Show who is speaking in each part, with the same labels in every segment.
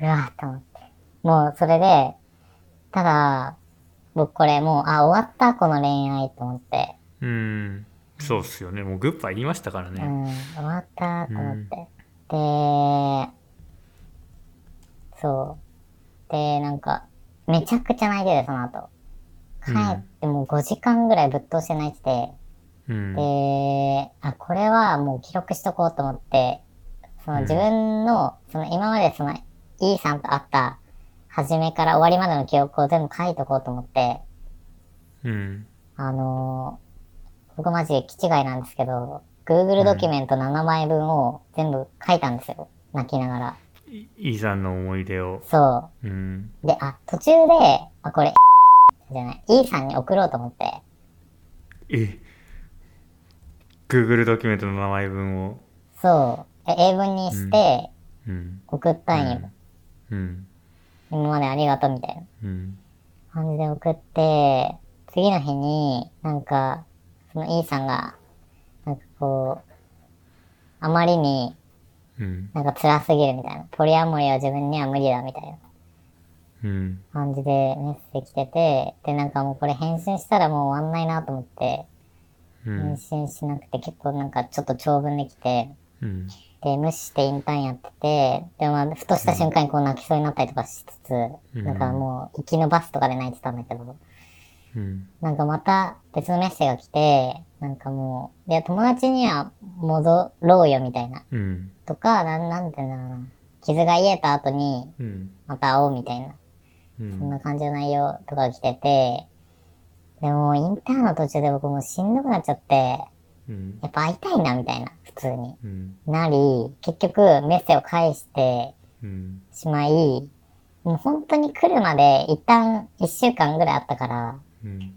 Speaker 1: うわーと思って。もうそれで、ただ、僕これもう、あ、終わった、この恋愛と思って。
Speaker 2: うん。そうっすよね。もうグッバイ言いましたから
Speaker 1: う
Speaker 2: ね。
Speaker 1: ん、終わった、と思って。で、そう。で、なんか、めちゃくちゃ泣いてて、その後。帰
Speaker 2: うん
Speaker 1: ってもう5時間ぐらいぶっ通して泣いてて、
Speaker 2: うん。
Speaker 1: で、あ、これはもう記録しとこうと思って、その自分の、その今までその E さんと会った初めから終わりまでの記憶を全部書いとこうと思って、
Speaker 2: うん。
Speaker 1: あのー僕マジ気違いなんですけど、Google ドキュメント7枚分を全部書いたんですよ。泣きながら。
Speaker 2: いイさんの思い出を。
Speaker 1: そ
Speaker 2: うん。
Speaker 1: う。で、あ、途中で、あ、これ、じゃない、E さんに送ろうと思って、
Speaker 2: え Google ドキュメントの名前分を。
Speaker 1: そう。で英文にして
Speaker 2: うん。
Speaker 1: 送ったんよ。
Speaker 2: うん。
Speaker 1: 今までありがとうみたいな。
Speaker 2: うん。
Speaker 1: 感じで送って、次の日に、なんか、その E さんが、なんかこう、あまりに
Speaker 2: うん。
Speaker 1: なんか辛すぎるみたいな、ポリアモリは自分には無理だみたいな
Speaker 2: うん。
Speaker 1: 感じでメッセージ来てて、で、なんかもうこれ返信したらもう終わんないなと思って、
Speaker 2: う
Speaker 1: 返
Speaker 2: ん。
Speaker 1: 信しなくて結構なんかちょっと長文できて、
Speaker 2: うん。
Speaker 1: で、無視してインターンやってて、で、まあ、ふとした瞬間にこう泣きそうになったりとかしつつ、
Speaker 2: ん
Speaker 1: なんかもう行きのバスとかで泣いてたんだけど、
Speaker 2: うん。
Speaker 1: なんかまた別のメッセージが来て、なんかもう、で、友達には戻ろうよみたいな。
Speaker 2: うん。
Speaker 1: とか、なん、なんていうんだろうな。傷が癒えた後に
Speaker 2: うん。
Speaker 1: また会おうみたいな。
Speaker 2: う
Speaker 1: そん
Speaker 2: ん。
Speaker 1: な感じの内容とかが来てて、でもインターンの途中で僕もうしんどくなっちゃって、や
Speaker 2: うん。
Speaker 1: っぱ会いたいなみたいな、普通に。
Speaker 2: うん。
Speaker 1: なり、結局メッセージを返して
Speaker 2: うん。
Speaker 1: しまい、もう本当に来るまで一旦一週間ぐらいあったから、
Speaker 2: うん。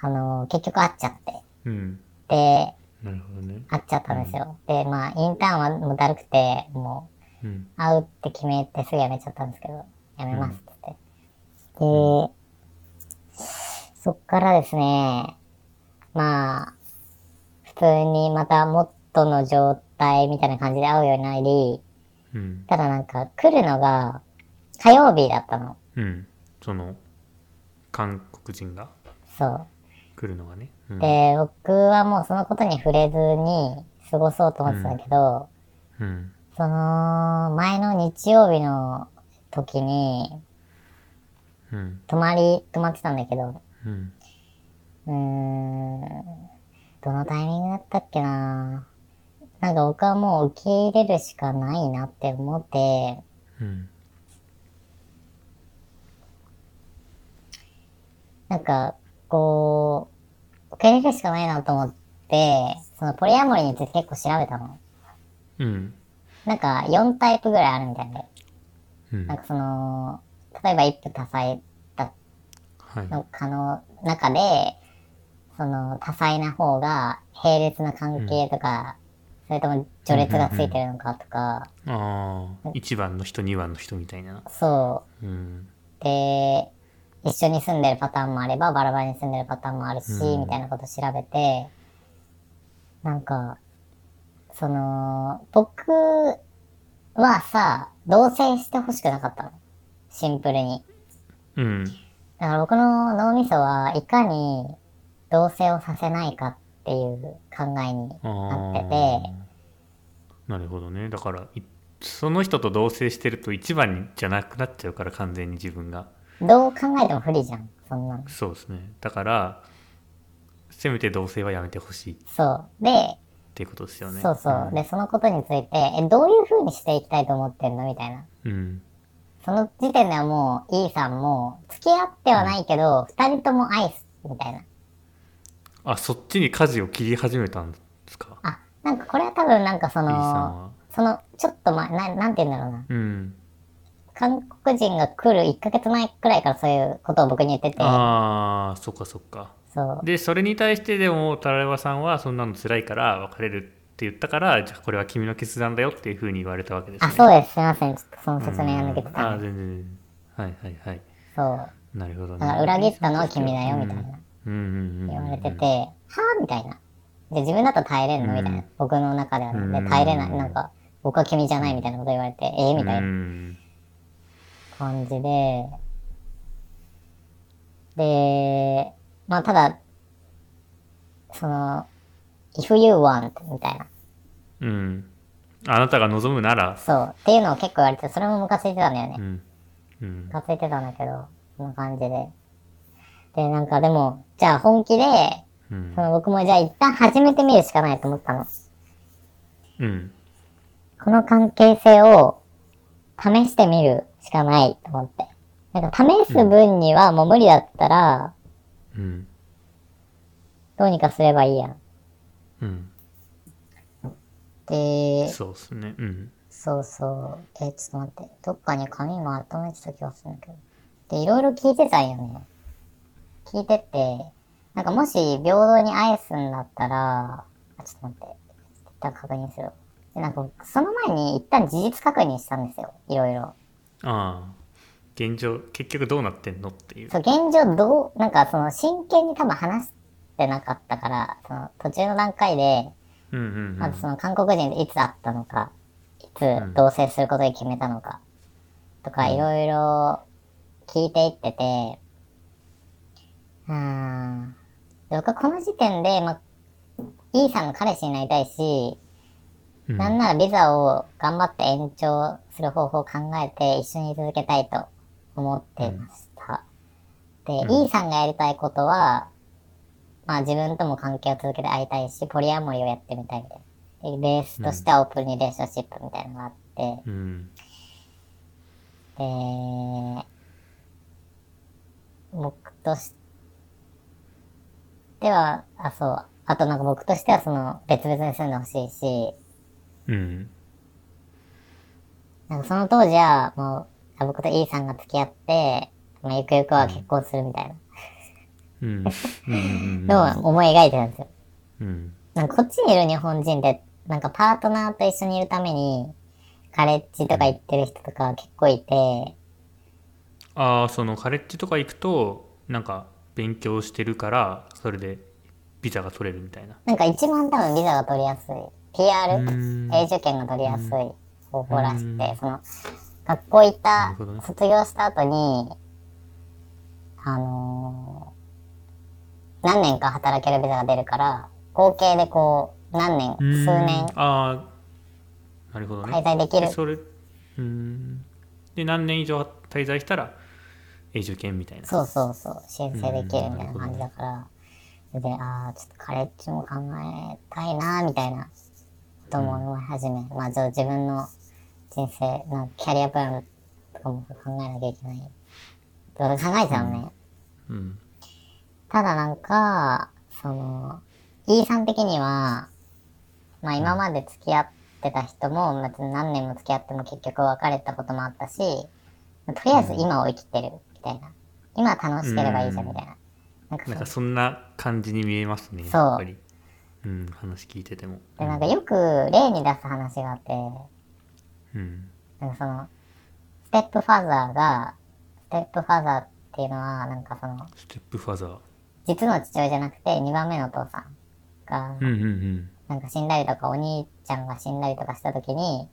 Speaker 1: あの、結局会っちゃって。
Speaker 2: うん。
Speaker 1: で、
Speaker 2: なるほどね。
Speaker 1: 会っちゃったんですよ。で、まあ、インターンはもうだるくて、も
Speaker 2: うん
Speaker 1: う、。会うって決めてすぐ辞めちゃったんですけど、辞めますって言って。で、そっからですね、まあ、普通にまた元の状態みたいな感じで会うようになり、
Speaker 2: うん。
Speaker 1: ただなんか来るのが火曜日だったの。
Speaker 2: うん。その、韓国人が
Speaker 1: そう。
Speaker 2: 来るのがね。うん。
Speaker 1: で、僕はもうそのことに触れずに過ごそうと思ってたんだけど、
Speaker 2: うん。
Speaker 1: その前の日曜日の時に
Speaker 2: うん。
Speaker 1: 泊まり泊まってたんだけど
Speaker 2: うん。
Speaker 1: うーんどのタイミングだったっけななんか僕はもう受け入れるしかないなって思って
Speaker 2: うん。
Speaker 1: なんかこう受け入れるしかないなと思ってそのポリアモリについて結構調べたの
Speaker 2: うん。
Speaker 1: なんか4タイプぐらいあるみたいで
Speaker 2: うん
Speaker 1: なん。かその例えば一夫多妻だっ
Speaker 2: はい。
Speaker 1: の可能中でその多彩な方が並列な関係とか、それとも序列がついてるのかとか、
Speaker 2: ああ、1番の人、2番の人みたいな。
Speaker 1: そ
Speaker 2: うん。
Speaker 1: うで一緒に住んでるパターンもあればバラバラに住んでるパターンもあるし、
Speaker 2: うん
Speaker 1: みたいなこと調べてなんかその僕はさ同棲してほしくなかったのシンプルに。
Speaker 2: うん。
Speaker 1: だから僕の脳みそはいかに同棲をさせないかっていう考えに
Speaker 2: あ
Speaker 1: なって
Speaker 2: あ
Speaker 1: て、。
Speaker 2: なるほどね。だから、いその人と同棲してると1番じゃなくなっちゃうから、完全に自分が。
Speaker 1: どう考えても不利じゃん、そんなの。
Speaker 2: そうですね。だから、せめて同棲はやめてほしいっ
Speaker 1: そう。で、
Speaker 2: ていうことですよね。
Speaker 1: そうそう。で、そのことについて、え、どういう風にしていきたいと思ってんのみたいな。
Speaker 2: うん。
Speaker 1: その時点ではもう、E さんも、付き合ってはないけど、二、人とも愛す、みたいな。
Speaker 2: あ、そっちに舵を切り始めたんですか。
Speaker 1: あ、なんかこれは多分なんかそ
Speaker 2: B さん
Speaker 1: の、
Speaker 2: は。
Speaker 1: その、ちょっと前、ななんて言うんだろうな。
Speaker 2: うん。
Speaker 1: 韓国人が来る1ヶ月前くらいからそういうことを僕に言ってて、
Speaker 2: ああ、そっかそっか。
Speaker 1: そう。
Speaker 2: でそれに対してでもタラレバさんはそんなの辛いから別れるって言ったからじゃあこれは君の決断だよっていうふうに言われたわけです
Speaker 1: あ、
Speaker 2: ね
Speaker 1: そうです。すいません。ちょっとその説明が抜けて
Speaker 2: うんあ
Speaker 1: た
Speaker 2: ー。全然全然はいはいはい
Speaker 1: そう。
Speaker 2: なるほどね
Speaker 1: だから裏切ったのは君だよ、みたいな。
Speaker 2: うんうんうんうん
Speaker 1: 言われてて、はぁみたいな。で、自分だと耐えれるのみたいな。僕の中ではね。
Speaker 2: う
Speaker 1: で、
Speaker 2: ん
Speaker 1: 耐えれない。なんか、僕は君じゃないみたいなこと言われて、ええみたいうな。
Speaker 2: ん
Speaker 1: 感じで、で、まあただ、その、if you want みたいな、
Speaker 2: うん。あなたが望むなら、
Speaker 1: そう、っていうのを結構言われて、それもムカついてたんだよね
Speaker 2: う。ん。うん。
Speaker 1: ムカついてたんだけど、こんな感じで。で、なんかでも、じゃあ本気で、
Speaker 2: うん
Speaker 1: そ。の僕もじゃあ一旦始めてみるしかないと思ったの。
Speaker 2: うん。
Speaker 1: この関係性を試してみるしかないと思って。なんか試す分にはもう無理だったら、
Speaker 2: うん。
Speaker 1: どうにかすればいいやん。
Speaker 2: うん。
Speaker 1: で、
Speaker 2: そうですね。うん。
Speaker 1: そうそう。え、ちょっと待って。どっかに紙も頭にした気がするんだけど。で、いろいろ聞いてたんよね。聞いてて、なんかもし平等に愛すんだったら、あちょっと待って。一旦確認する。で、なんかその前に一旦事実確認したんですよ。いろいろ。
Speaker 2: ああ。現状、結局どうなってんのっていう。
Speaker 1: そう、現状どう、なんかその真剣に多分話してなかったから、その途中の段階で、
Speaker 2: うんうんう
Speaker 1: まず
Speaker 2: ん。
Speaker 1: その韓国人でいつ会ったのか、いつ
Speaker 2: ん
Speaker 1: 同棲することに決めたのか、とかいろいろ聞いていってて、うーん。で僕はこの時点で、まあ、イーさんの彼氏になりたいし、
Speaker 2: うん
Speaker 1: なんならビザを頑張って延長する方法を考えて一緒に続けたいと思っていました。で、
Speaker 2: うん
Speaker 1: E さんがやりたいことは、まあ自分とも関係を続けて会いたいし、ポリアモリをやってみたいみたいな。で、ベースとしてはオープンリレーションシップみたいなのがあって、
Speaker 2: うん。
Speaker 1: で、僕としては、あ、そう。あとなんか僕としてはその別々に住んでほしいし、
Speaker 2: うん。
Speaker 1: なんかその当時は、もう、僕と E さんが付き合って、まあ、ゆくゆくは結婚するみたいな
Speaker 2: うん。うんうん
Speaker 1: のを思い描いてたんですよ。
Speaker 2: うん。
Speaker 1: なんかこっちにいる日本人って、なんかパートナーと一緒にいるために、カレッジとか行ってる人とか結構いて、
Speaker 2: ああ、そのカレッジとか行くと、なんか勉強してるから、それでビザが取れるみたいな。
Speaker 1: なんか一番多分ビザが取りやすい。
Speaker 2: う
Speaker 1: PR、
Speaker 2: ん。
Speaker 1: 永住権が取りやすい方法らしく
Speaker 2: う
Speaker 1: て
Speaker 2: ん、
Speaker 1: その、学校行っ
Speaker 2: な
Speaker 1: た
Speaker 2: るほどね、
Speaker 1: 卒業した後に、あのー何年か働けるビザが出るから、合計でこう、何年、
Speaker 2: うん
Speaker 1: 数年
Speaker 2: ああ、なるほどね。
Speaker 1: 滞在できる
Speaker 2: で。それうんで何年以上滞在したら永住権みたいな
Speaker 1: そうそうそう、申請できるみたいな
Speaker 2: うんなるほど
Speaker 1: 感じだから、それで、ああ、ちょっとカレッジも考えたいなーみたいなことも思い始め、まあ、じゃあ自分の人生、なんかキャリアプランとかも考えなきゃいけない。考えちゃうね。
Speaker 2: うん
Speaker 1: ただなんか、その、E さん的には、まあ今まで付き合ってた人も、別に何年も付き合っても結局別れたこともあったし、とりあえず今を生きてる、みたいな。今楽しければいいじゃん、みたいな。なんかそ
Speaker 2: なん
Speaker 1: う
Speaker 2: かそんな感じに見えますね
Speaker 1: そう
Speaker 2: やっぱりうん話聞いてても
Speaker 1: で、なんかよく例に出す話があって、
Speaker 2: うん
Speaker 1: なんかその、ステップファザーが、ステップファザーっていうのは、なんかその、
Speaker 2: ステップファザー
Speaker 1: 実の父親じゃなくて2番目のお父さんが、
Speaker 2: うんうん
Speaker 1: なんか死んだりとか、お兄ちゃんが死んだりとかした時に、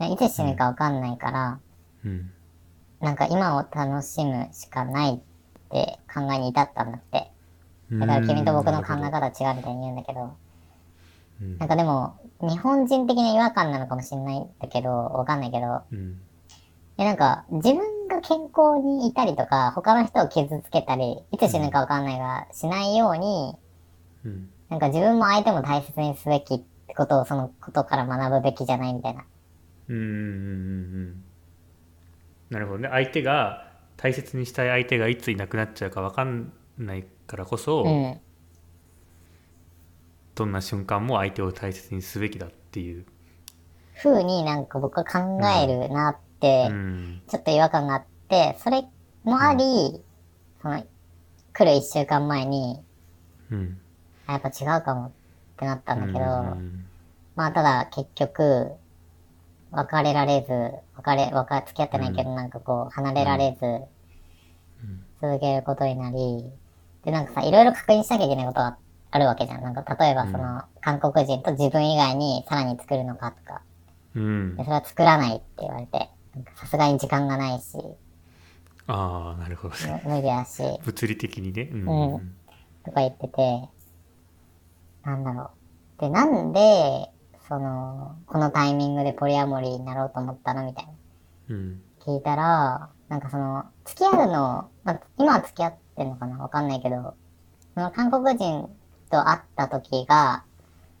Speaker 1: ねいつ死ぬかわかんないから、
Speaker 2: うんうん
Speaker 1: なんか今を楽しむしかないって考えに至ったんだって。だから君と僕の考え
Speaker 2: うんなる
Speaker 1: 方は違うみたいに言うんだけど、
Speaker 2: ほどうん
Speaker 1: なんかでも、日本人的な違和感なのかもしれないんだけど、わかんないけど、
Speaker 2: うん
Speaker 1: えなんか自分が健康にいたりとか、他の人を傷つけたり、いつ死ぬかわかんないが、しないように、
Speaker 2: うん
Speaker 1: なんか自分も相手も大切にすべきってことを、そのことから学ぶべきじゃないみたいな。
Speaker 2: うんうんうんうんなるほどね相手が大切にしたい相手がいついなくなっちゃうか分かんないからこそ、
Speaker 1: うん。
Speaker 2: どんな瞬間も相手を大切にすべきだっていう、
Speaker 1: 風になんか僕は考えるなって
Speaker 2: う、ん、
Speaker 1: ちょっと違和感があって、それもあり、その、来る一週間前に、
Speaker 2: うん
Speaker 1: あ、やっぱ違うかもってなったんだけど、
Speaker 2: うん
Speaker 1: まあただ結局、別れられず、別れ、別れ、付き合ってないけどなんかこう、離れられず、続けることになり、でなんかさ、いろいろ確認しなきゃいけないことがあるわけじゃん。なんか例えばその、韓国人と自分以外にさらに作るのかとか、
Speaker 2: うん
Speaker 1: でそれは作らないって言われて、なんかさすがに時間がないし、
Speaker 2: ああなるほどね
Speaker 1: む無理だし、
Speaker 2: 物理的にねうん
Speaker 1: うん
Speaker 2: うん
Speaker 1: とか言ってて、なんだろう。で、なんで、その、このタイミングでポリアモリーになろうと思ったのみたいな。
Speaker 2: うん
Speaker 1: 聞いたら、なんかその、付き合うの、まあ、今は付き合ってるのかなわかんないけど、その韓国人と会った時が、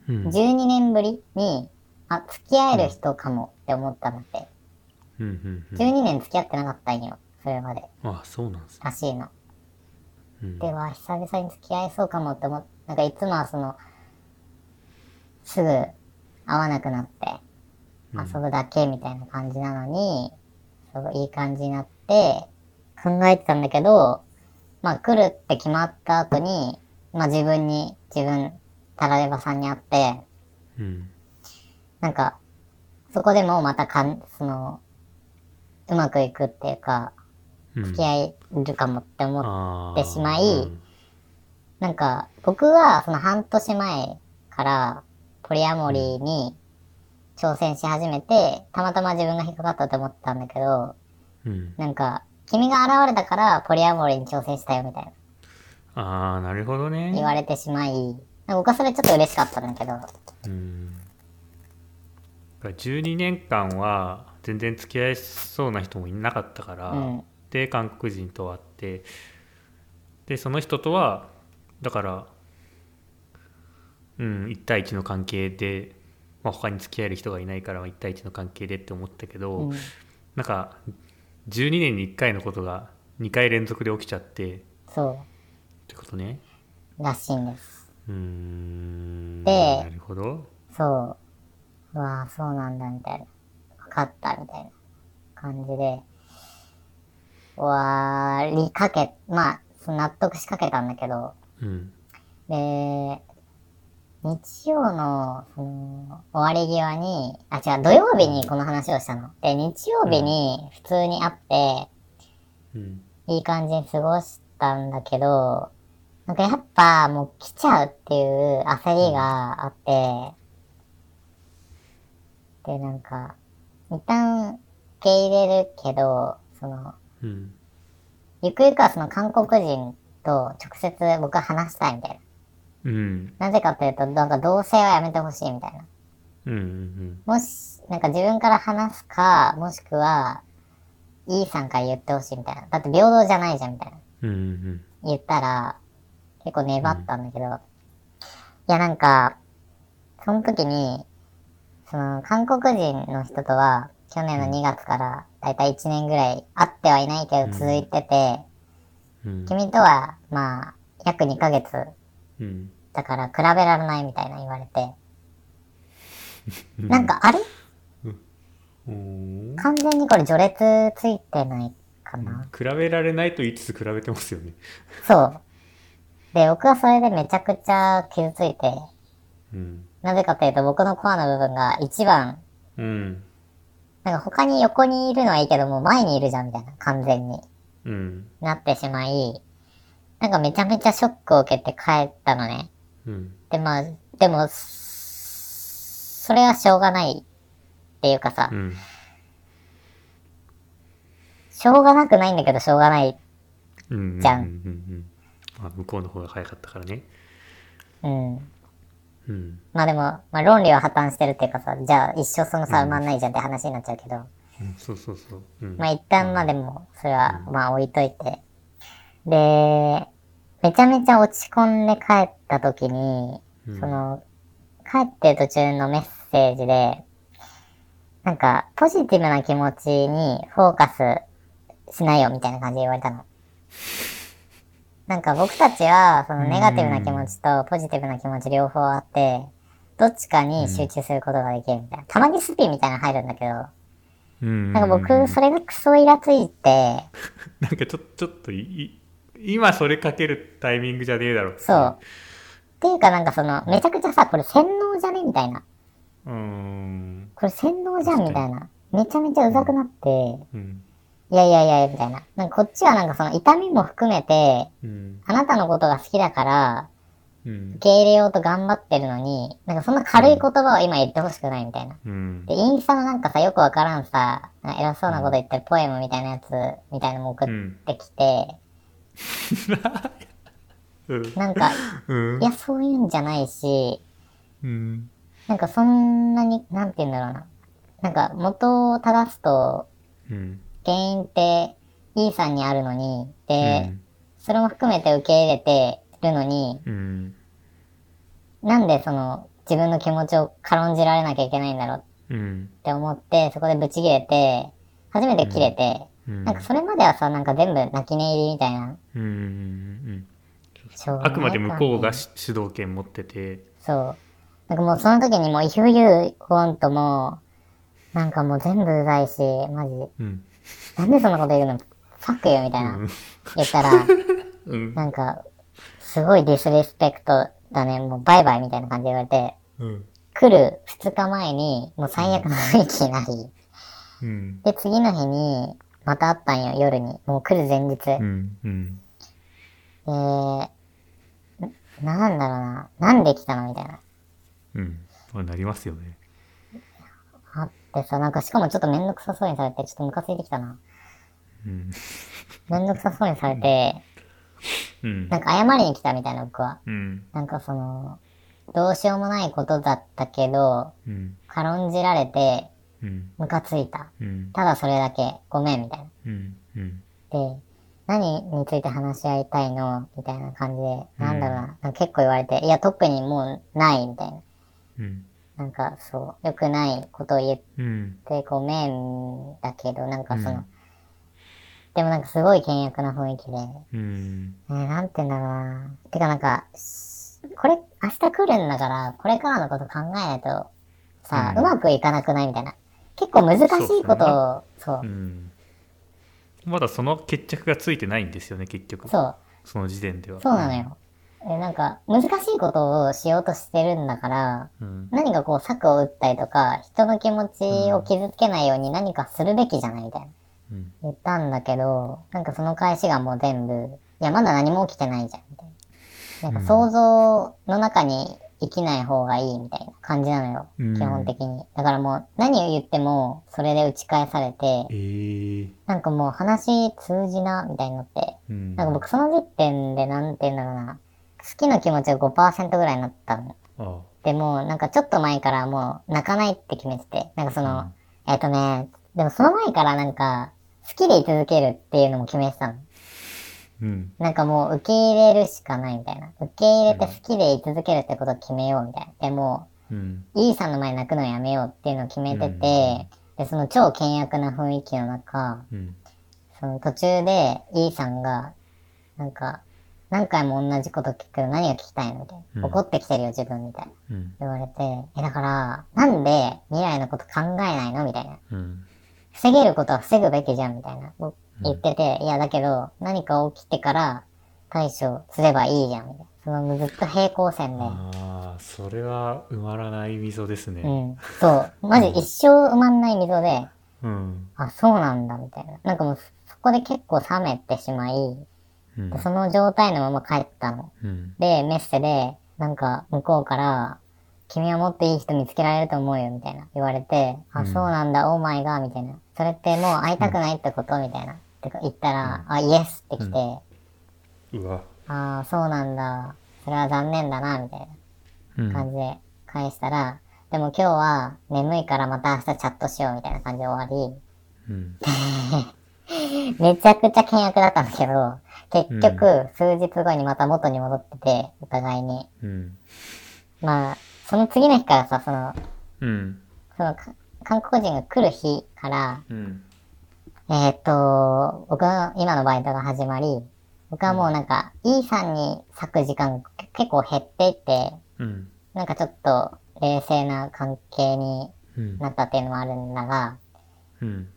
Speaker 2: うん
Speaker 1: 12年ぶりに、あ、付き合える人かもって思ったんだって。
Speaker 2: うんうんうん
Speaker 1: 12年付き合ってなかったんよ。それまで。
Speaker 2: あそうなんですね
Speaker 1: らしいの。
Speaker 2: うん
Speaker 1: では、久々に付き合えそうかもって思っなんかいつもはその、すぐ会わなくなって
Speaker 2: うん
Speaker 1: 遊ぶだけみたいな感じなのに、そういい感じになって考えてたんだけど、まあ来るって決まった後に、まあ自分に、自分、タラレバさんに会って、
Speaker 2: うん
Speaker 1: なんか、そこでもまたかん、その、うまくいくっていうか、
Speaker 2: うん
Speaker 1: 付き合えるかもって思っ
Speaker 2: あ
Speaker 1: ってしまい
Speaker 2: ー
Speaker 1: なんか、僕はその半年前からポリアモリーに挑戦し始めて、たまたま自分が引っかかったと思ったんだけど、
Speaker 2: うんうん
Speaker 1: なんか、君が現れたからポリアモリーに挑戦したよみたいな
Speaker 2: ああなるほどね
Speaker 1: 言われてしまい、なんか僕はそれちょっと嬉しかったんだけど、
Speaker 2: うんだから12年間は全然付き合いそうな人もいなかったから、
Speaker 1: うん
Speaker 2: で韓国人と会ってでその人とはだからうん1対1の関係で、まあ、他に付き合える人がいないから1対1の関係でって思ったけど、
Speaker 1: うん
Speaker 2: なんか12年に1回のことが2回連続で起きちゃってっ
Speaker 1: そ
Speaker 2: てことね
Speaker 1: う、らしいんです。
Speaker 2: うーん
Speaker 1: で
Speaker 2: なるほど
Speaker 1: そう。うわぁ、そうなんだ、みたいな。分かった、みたいな感じで。わーりかけ、まあ、その納得しかけたんだけど、
Speaker 2: うん
Speaker 1: で、日曜の、その、終わり際に、あ、違う、土曜日にこの話をしたの。で、日曜日に普通に会って、
Speaker 2: うん
Speaker 1: いい感じに過ごしたんだけど、なんかやっぱもう来ちゃうっていう焦りがあって、で、なんか、一旦受け入れるけど、その、
Speaker 2: うん
Speaker 1: ゆくゆくはその韓国人と直接僕は話したいみたい
Speaker 2: うん
Speaker 1: な。なぜかというと、なんか同性はやめてほしいみたいな。
Speaker 2: うんうん
Speaker 1: もし、なんか自分から話すか、もしくは、イーさんから言ってほしいみたいな。だって平等じゃないじゃんみたいな。
Speaker 2: うんうんうん
Speaker 1: 言ったら、結構粘ったんだけど、いやなんか、その時に、その、韓国人の人とは、去年の2月から、だいたい1年ぐらい会ってはいないけど続いてて、
Speaker 2: うん
Speaker 1: 君とは、まあ、約2ヶ月
Speaker 2: うん
Speaker 1: だから比べられないみたいな言われて、なんか、あれ
Speaker 2: うん
Speaker 1: 完全にこれ序列ついてないかな、
Speaker 2: 比べられないと言いつつ比べてますよね
Speaker 1: そう。で、僕はそれでめちゃくちゃ傷ついて、
Speaker 2: うん
Speaker 1: なぜかというと僕のコアの部分が一番
Speaker 2: うん
Speaker 1: なんか他に横にいるのはいいけどもう前にいるじゃんみたいな完全に
Speaker 2: うん
Speaker 1: なってしまい、なんかめちゃめちゃショックを受けて帰ったのね。
Speaker 2: うん
Speaker 1: で、まあ、でも、そそれはしょうがないっていうかさ
Speaker 2: う、ん
Speaker 1: しょうがなくないんだけどしょうがない。
Speaker 2: うん
Speaker 1: じゃん
Speaker 2: うんうんうんまあ向こうの方が早かったからね
Speaker 1: うん。
Speaker 2: うん
Speaker 1: まあでも、まあ論理は破綻してるっていうかさ、じゃあ一生その差埋まんないじゃんって話になっちゃうけど、
Speaker 2: うんそうそうそううん
Speaker 1: まあ一旦まあでも、それはまあ置いといて。で、めちゃめちゃ落ち込んで帰った時に、
Speaker 2: うん
Speaker 1: その、帰ってる途中のメッセージで、なんか、ポジティブな気持ちにフォーカスしないよみたいな感じで言われたの。なんか僕たちは、そのネガティブな気持ちとポジティブな気持ち両方あって、どっちかに集中することができるみたいな。たまにスピンみたいなの入るんだけど、
Speaker 2: うん
Speaker 1: なんか
Speaker 2: うんうんう
Speaker 1: 僕、
Speaker 2: ん
Speaker 1: それがクソイラついて、
Speaker 2: なんかちょちょっといい今それかけるタイミングじゃねえだろ
Speaker 1: そう。っていうかなんかその、めちゃくちゃさ、これ洗脳じゃねみたいな。
Speaker 2: うーん
Speaker 1: これ洗脳じゃんみたいな。めちゃめちゃうざくなって、
Speaker 2: うん
Speaker 1: いやいやいや、みたいな。なんかこっちはなんかその痛みも含めて、
Speaker 2: うん
Speaker 1: あなたのことが好きだから、
Speaker 2: うん
Speaker 1: 受け入れようと頑張ってるのに、なんかそんな軽い言葉を今言ってほしくないみたいな。
Speaker 2: うん
Speaker 1: で、インスタのなんかさ、よくわからんさ、なんか偉そうなこと言ってるポエムみたいなやつ、みたいなのも送ってきて、
Speaker 2: うん
Speaker 1: なんか、
Speaker 2: うん
Speaker 1: いや、そういうんじゃないし、
Speaker 2: うん
Speaker 1: なんかそんなに、なんて言うんだろうな。なんか元を正すと、
Speaker 2: うん
Speaker 1: 原因って、E さんにあるのに、で、それも含めて受け入れてるのに、
Speaker 2: うん
Speaker 1: なんでその、自分の気持ちを軽んじられなきゃいけないんだろう
Speaker 2: うん
Speaker 1: って思って、そこでブチ切れて、初めて切れて、
Speaker 2: うん
Speaker 1: なんかそれまではさ、なんか全部泣き寝入りみたいな。
Speaker 2: うんうん
Speaker 1: しょうがな
Speaker 2: あ
Speaker 1: い
Speaker 2: くまで向こうがし主導権持ってて
Speaker 1: そう。なんかもうその時にもう、if you want も、なんかもう全部うざいし、マジ。
Speaker 2: うん
Speaker 1: なんでそんなこと言うのファックよみたいな。
Speaker 2: うん
Speaker 1: 言ったら、
Speaker 2: うん
Speaker 1: なんか、すごいディスリスペクトだね、もうバイバイみたいな感じで言われて、
Speaker 2: うん
Speaker 1: 来る2日前に、もう最悪の雰囲気になり、
Speaker 2: うん
Speaker 1: で、次の日に、また会ったんよ、夜に。もう来る前日。
Speaker 2: う
Speaker 1: で、
Speaker 2: んうん
Speaker 1: なんだろうな、なんで来たのみたいな。
Speaker 2: うんまあなりますよね
Speaker 1: あってさ、なんかしかもちょっとめんどくさそうにされて、ちょっとムカついてきたな。
Speaker 2: うん
Speaker 1: めんどくさそうにされて、
Speaker 2: うん
Speaker 1: なんか謝りに来たみたいな、僕は。
Speaker 2: うん
Speaker 1: なんかその、どうしようもないことだったけど、
Speaker 2: うん
Speaker 1: 軽んじられて、
Speaker 2: うん
Speaker 1: ムカついた。
Speaker 2: うん
Speaker 1: ただそれだけ、ごめん、みたい
Speaker 2: うんうん
Speaker 1: な。で、何について話し合いたいのみたいな感じで、なんだろうな、なんか結構言われて、いや、特にもうない、みたいな。
Speaker 2: うん
Speaker 1: なんかそう、良くないことを言っ
Speaker 2: うん
Speaker 1: てごめんだけど、なんかその、
Speaker 2: うん
Speaker 1: でもなんかすごい険悪な雰囲気で、ね、
Speaker 2: うん
Speaker 1: なんて言うんだろうな。てかなんか、しこれ、明日来るんだから、これからのこと考えないと、さ、
Speaker 2: う
Speaker 1: う
Speaker 2: ん
Speaker 1: まくいかなくないみたいな。結構難しいことを、そう
Speaker 2: う、んまだその決着がついてないんですよね結局
Speaker 1: そう、
Speaker 2: その時点では
Speaker 1: そうなのよ。えなんか、難しいことをしようとしてるんだから、
Speaker 2: うん
Speaker 1: 何かこう策を打ったりとか、人の気持ちを傷つけないように何かするべきじゃないみたいな。
Speaker 2: うん
Speaker 1: 言ったんだけど、なんかその返しがもう全部、いや、まだ何も起きてないじゃん、みたいな。なんか想像の中に生きない方がいいみたいな感じなのよ、
Speaker 2: うん
Speaker 1: 基本的に。だからもう何を言ってもそれで打ち返され
Speaker 2: え
Speaker 1: て、
Speaker 2: ー
Speaker 1: なんかもう話通じな、みたいになって、
Speaker 2: うん
Speaker 1: なんか僕その時点でなんて言うんだろうな。好きの気持ちが5%ぐらいになったの。
Speaker 2: あ
Speaker 1: でも、なんかちょっと前からもう泣かないって決めてて。なんかその、えっ、とね、でもその前からなんか、好きでい続けるっていうのも決めてたの。
Speaker 2: うん
Speaker 1: なんかもう受け入れるしかないみたいな。受け入れて好きでい続けるってことを決めようみたいな。でも
Speaker 2: うん
Speaker 1: う、E さんの前泣くのやめようっていうのを決めてて、
Speaker 2: うん
Speaker 1: で、その超険悪な雰囲気の中、
Speaker 2: うん
Speaker 1: その途中で E さんが、なんか、何回も同じこと聞くけど何が聞きたいのみたい
Speaker 2: うん
Speaker 1: な。怒ってきてるよ、自分みたいな。
Speaker 2: うん
Speaker 1: 言われて、え、だから、なんで未来のこと考えないのみたいな。
Speaker 2: うん
Speaker 1: 防げることは防ぐべきじゃん、みたいな。僕
Speaker 2: うん
Speaker 1: 言ってて、いや、だけど、何か起きてから対処すればいいじゃん、みたいな。そのずっと平行線で。
Speaker 2: ああそれは埋まらない溝です
Speaker 1: う
Speaker 2: ね
Speaker 1: ん。そう。マジ一生埋まんない溝で、
Speaker 2: うん
Speaker 1: あ、そうなんだ、みたいな。なんかもう、そこで結構冷めてしまい、
Speaker 2: うん
Speaker 1: その状態のまま帰ったの。
Speaker 2: うん
Speaker 1: で、メッセで、なんか、向こうから、君はもっといい人見つけられると思うよ、みたいな言われて、
Speaker 2: う
Speaker 1: あ、
Speaker 2: ん
Speaker 1: そうなんだ、オーマイガー、みたいな。それってもう会いたくないってことみたいな。ってか言ったら、あ、イエスって来て、
Speaker 2: うわ
Speaker 1: ああ、そうなんだ。それは残念だな、みたい
Speaker 2: うん
Speaker 1: な感じで返したら、でも今日は眠いからまた明日チャットしよう、みたいな感じで終わ
Speaker 2: うん
Speaker 1: り、めちゃくちゃ険悪だったんだけど、結局、数日後にまた元に戻ってて、お互いに。
Speaker 2: うん
Speaker 1: まあ、その次の日からさ、その、
Speaker 2: うん
Speaker 1: そのか韓国人が来る日から、
Speaker 2: うん
Speaker 1: えーっと、僕の今のバイトが始まり、僕はもうなんか、E さんに割く時間け結構減っていって、
Speaker 2: うん
Speaker 1: なんかちょっと冷静な関係に
Speaker 2: うん
Speaker 1: なったっていうのもあるんだが、
Speaker 2: うん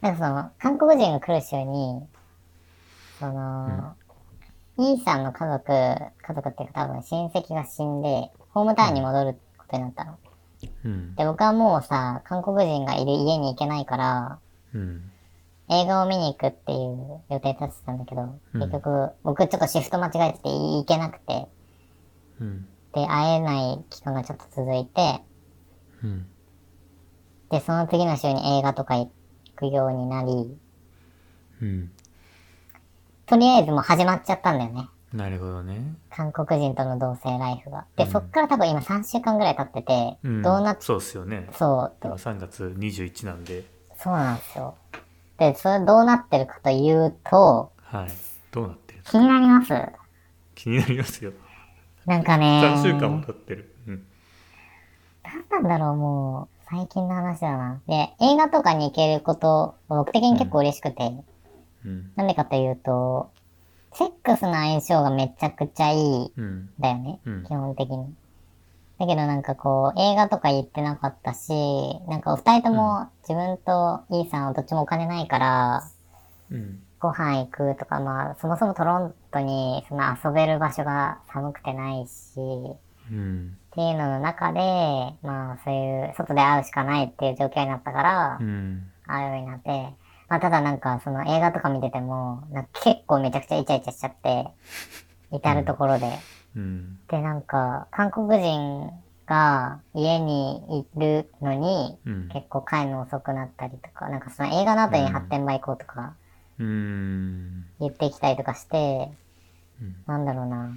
Speaker 1: なんかその、韓国人が来る週に、その、E さんの家族、家族っていうか多分親戚が死んで、ホームタウンに戻ることになったの。
Speaker 2: うん
Speaker 1: で、僕はもうさ、韓国人がいる家に行けないから、
Speaker 2: うん
Speaker 1: 映画を見に行くっていう予定立ってたんだけど、
Speaker 2: うん
Speaker 1: 結局、僕ちょっとシフト間違えてて行けなくて、
Speaker 2: うん
Speaker 1: で、会えない期間がちょっと続いて、
Speaker 2: うん
Speaker 1: で、その次の週に映画とか行くようになり、
Speaker 2: うん
Speaker 1: とりあえずもう始まっちゃったんだよね。
Speaker 2: なるほどね
Speaker 1: 韓国人との同性ライフが。で、
Speaker 2: うん
Speaker 1: そっから多分今3週間ぐらい経ってて、
Speaker 2: うん
Speaker 1: どうなっ
Speaker 2: そうっすよね
Speaker 1: そう、
Speaker 2: 今3月21なんで
Speaker 1: そうなんですよ。で、それどうなってるかというと、
Speaker 2: はいどうなってる
Speaker 1: 気になります
Speaker 2: 気になりますよ
Speaker 1: なんかね、
Speaker 2: 3週間も経ってる、うん、
Speaker 1: なんだろう、もう、最近の話だな。で、映画とかに行けること、僕的に結構嬉しくて、
Speaker 2: うん
Speaker 1: なんでかというと、セックスの相性がめちゃくちゃいいん
Speaker 2: うん
Speaker 1: だよね、
Speaker 2: うん
Speaker 1: 基本的に。だけどなんかこう、映画とか行ってなかったし、なんかお二人とも自分とイーさんはどっちもお金ないから、
Speaker 2: うん
Speaker 1: ご飯行くとか、まあ、そもそもトロントにその遊べる場所が寒くてないし、
Speaker 2: うん
Speaker 1: っていうのの中で、まあそういう、外で会うしかないっていう状況になったから
Speaker 2: う、ん
Speaker 1: 会うようになって、まあただなんかその映画とか見てても、なんか結構めちゃくちゃイチャイチャしちゃって、至るところで。
Speaker 2: うん
Speaker 1: でなんか、韓国人が家にいるのに、
Speaker 2: うん
Speaker 1: 結構帰るの遅くなったりとか、なんかその映画の後に発展場行こうとか、
Speaker 2: うん
Speaker 1: 言ってきたりとかして、
Speaker 2: うん
Speaker 1: なんだろうな、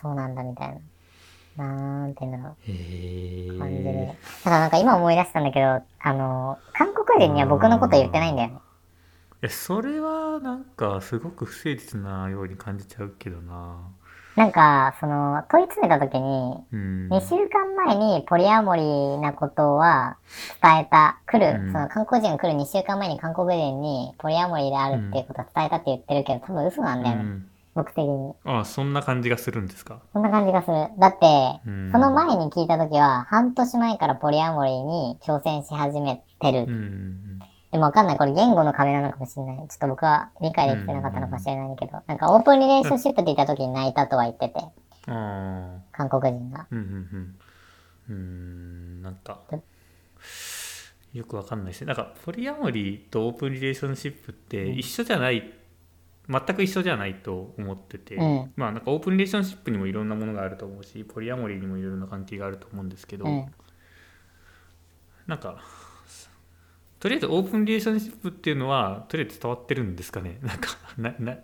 Speaker 1: そうなんだみたいな。なんていうんだろ
Speaker 2: へえ
Speaker 1: う、感じる。ただなんか今思い出したんだけど、あの、韓国人には僕のこと言ってないんだよね。
Speaker 2: いやそれはなんかすごく不誠実なように感じちゃうけどな
Speaker 1: なんか、その、問い詰めた時に、
Speaker 2: うん
Speaker 1: 2週間前にポリアモリーなことは伝えた、来る、
Speaker 2: うん
Speaker 1: その韓国人が来る2週間前に韓国人にポリアモリーであるっていうことは伝えたって言ってるけど、多分嘘なんだよね、
Speaker 2: うん
Speaker 1: 僕的に。
Speaker 2: あそんな感じがするんですか
Speaker 1: そんな感じがする。だって、
Speaker 2: うん
Speaker 1: その前に聞いた時は、半年前からポリアモリーに挑戦し始めてる。
Speaker 2: うん
Speaker 1: でもわかんない。これ言語の壁なのかもしれない。ちょっと僕は理解できてなかったのかもしれないけど、なんかオープンリレーションシップって言った時に泣いたとは言ってて、
Speaker 2: あ
Speaker 1: 韓国人が。
Speaker 2: ーうんうんうんうんなんか
Speaker 1: え
Speaker 2: よくわかんないですねなんかポリアモリーとオープンリレーションシップって一緒じゃない、全く一緒じゃないと思ってて、
Speaker 1: うん
Speaker 2: まあなんかオープンリレーションシップにもいろんなものがあると思うしポリアモリーにもいろんな関係があると思うんですけど、
Speaker 1: うん。
Speaker 2: なんかとりあえずオープンリレーションシップっていうのはとりあえず伝わってるんですかねなんかなな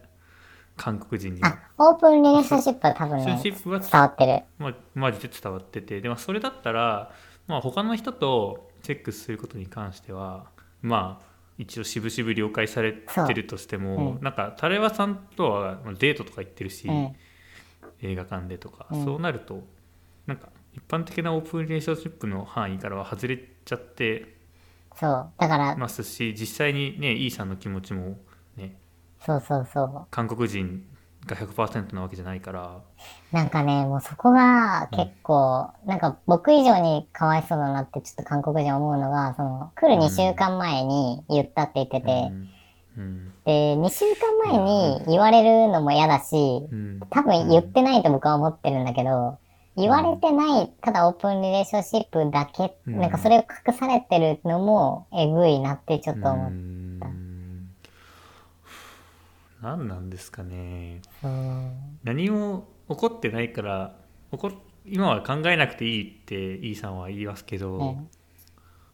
Speaker 2: 韓国人には
Speaker 1: あ、オープンリレーションシップは多分
Speaker 2: リレー
Speaker 1: ね、
Speaker 2: ション
Speaker 1: 伝
Speaker 2: シップは
Speaker 1: わってる。
Speaker 2: まあ、マジで伝わっててで、まあ、それだったら、まあ、他の人とチェックすることに関してはまあ一応渋々了解されてるとしても、
Speaker 1: そううん
Speaker 2: なんかタレワさんとはまあデートとか行ってるし、
Speaker 1: うん。
Speaker 2: 映画館でとか、
Speaker 1: うん
Speaker 2: そうなるとなんか一般的なオープンリレーションシップの範囲からは外れちゃって
Speaker 1: そう。だから、
Speaker 2: ますし実際にねイーさんの気持ちもね
Speaker 1: そうそうそう。
Speaker 2: 韓国人が100%なわけじゃないから
Speaker 1: なんかね、もうそこが結構、なんか僕以上にかわいそうだなってちょっと韓国人思うのが、その、来る2週間前に言ったって言ってて、
Speaker 2: うんうん
Speaker 1: で、2週間前に言われるのも嫌だし、
Speaker 2: うん
Speaker 1: 多分言ってないと僕は思ってるんだけど、言われてない、ただオープンリレーションシップだけ、
Speaker 2: うん
Speaker 1: なんかそれを隠されてるのも、えぐいなってちょっと思
Speaker 2: うー
Speaker 1: っ
Speaker 2: ん何なんですかね
Speaker 1: た。うん
Speaker 2: 何も起こってないから起こ今は考えなくていいってイーさんは言いますけど、
Speaker 1: うん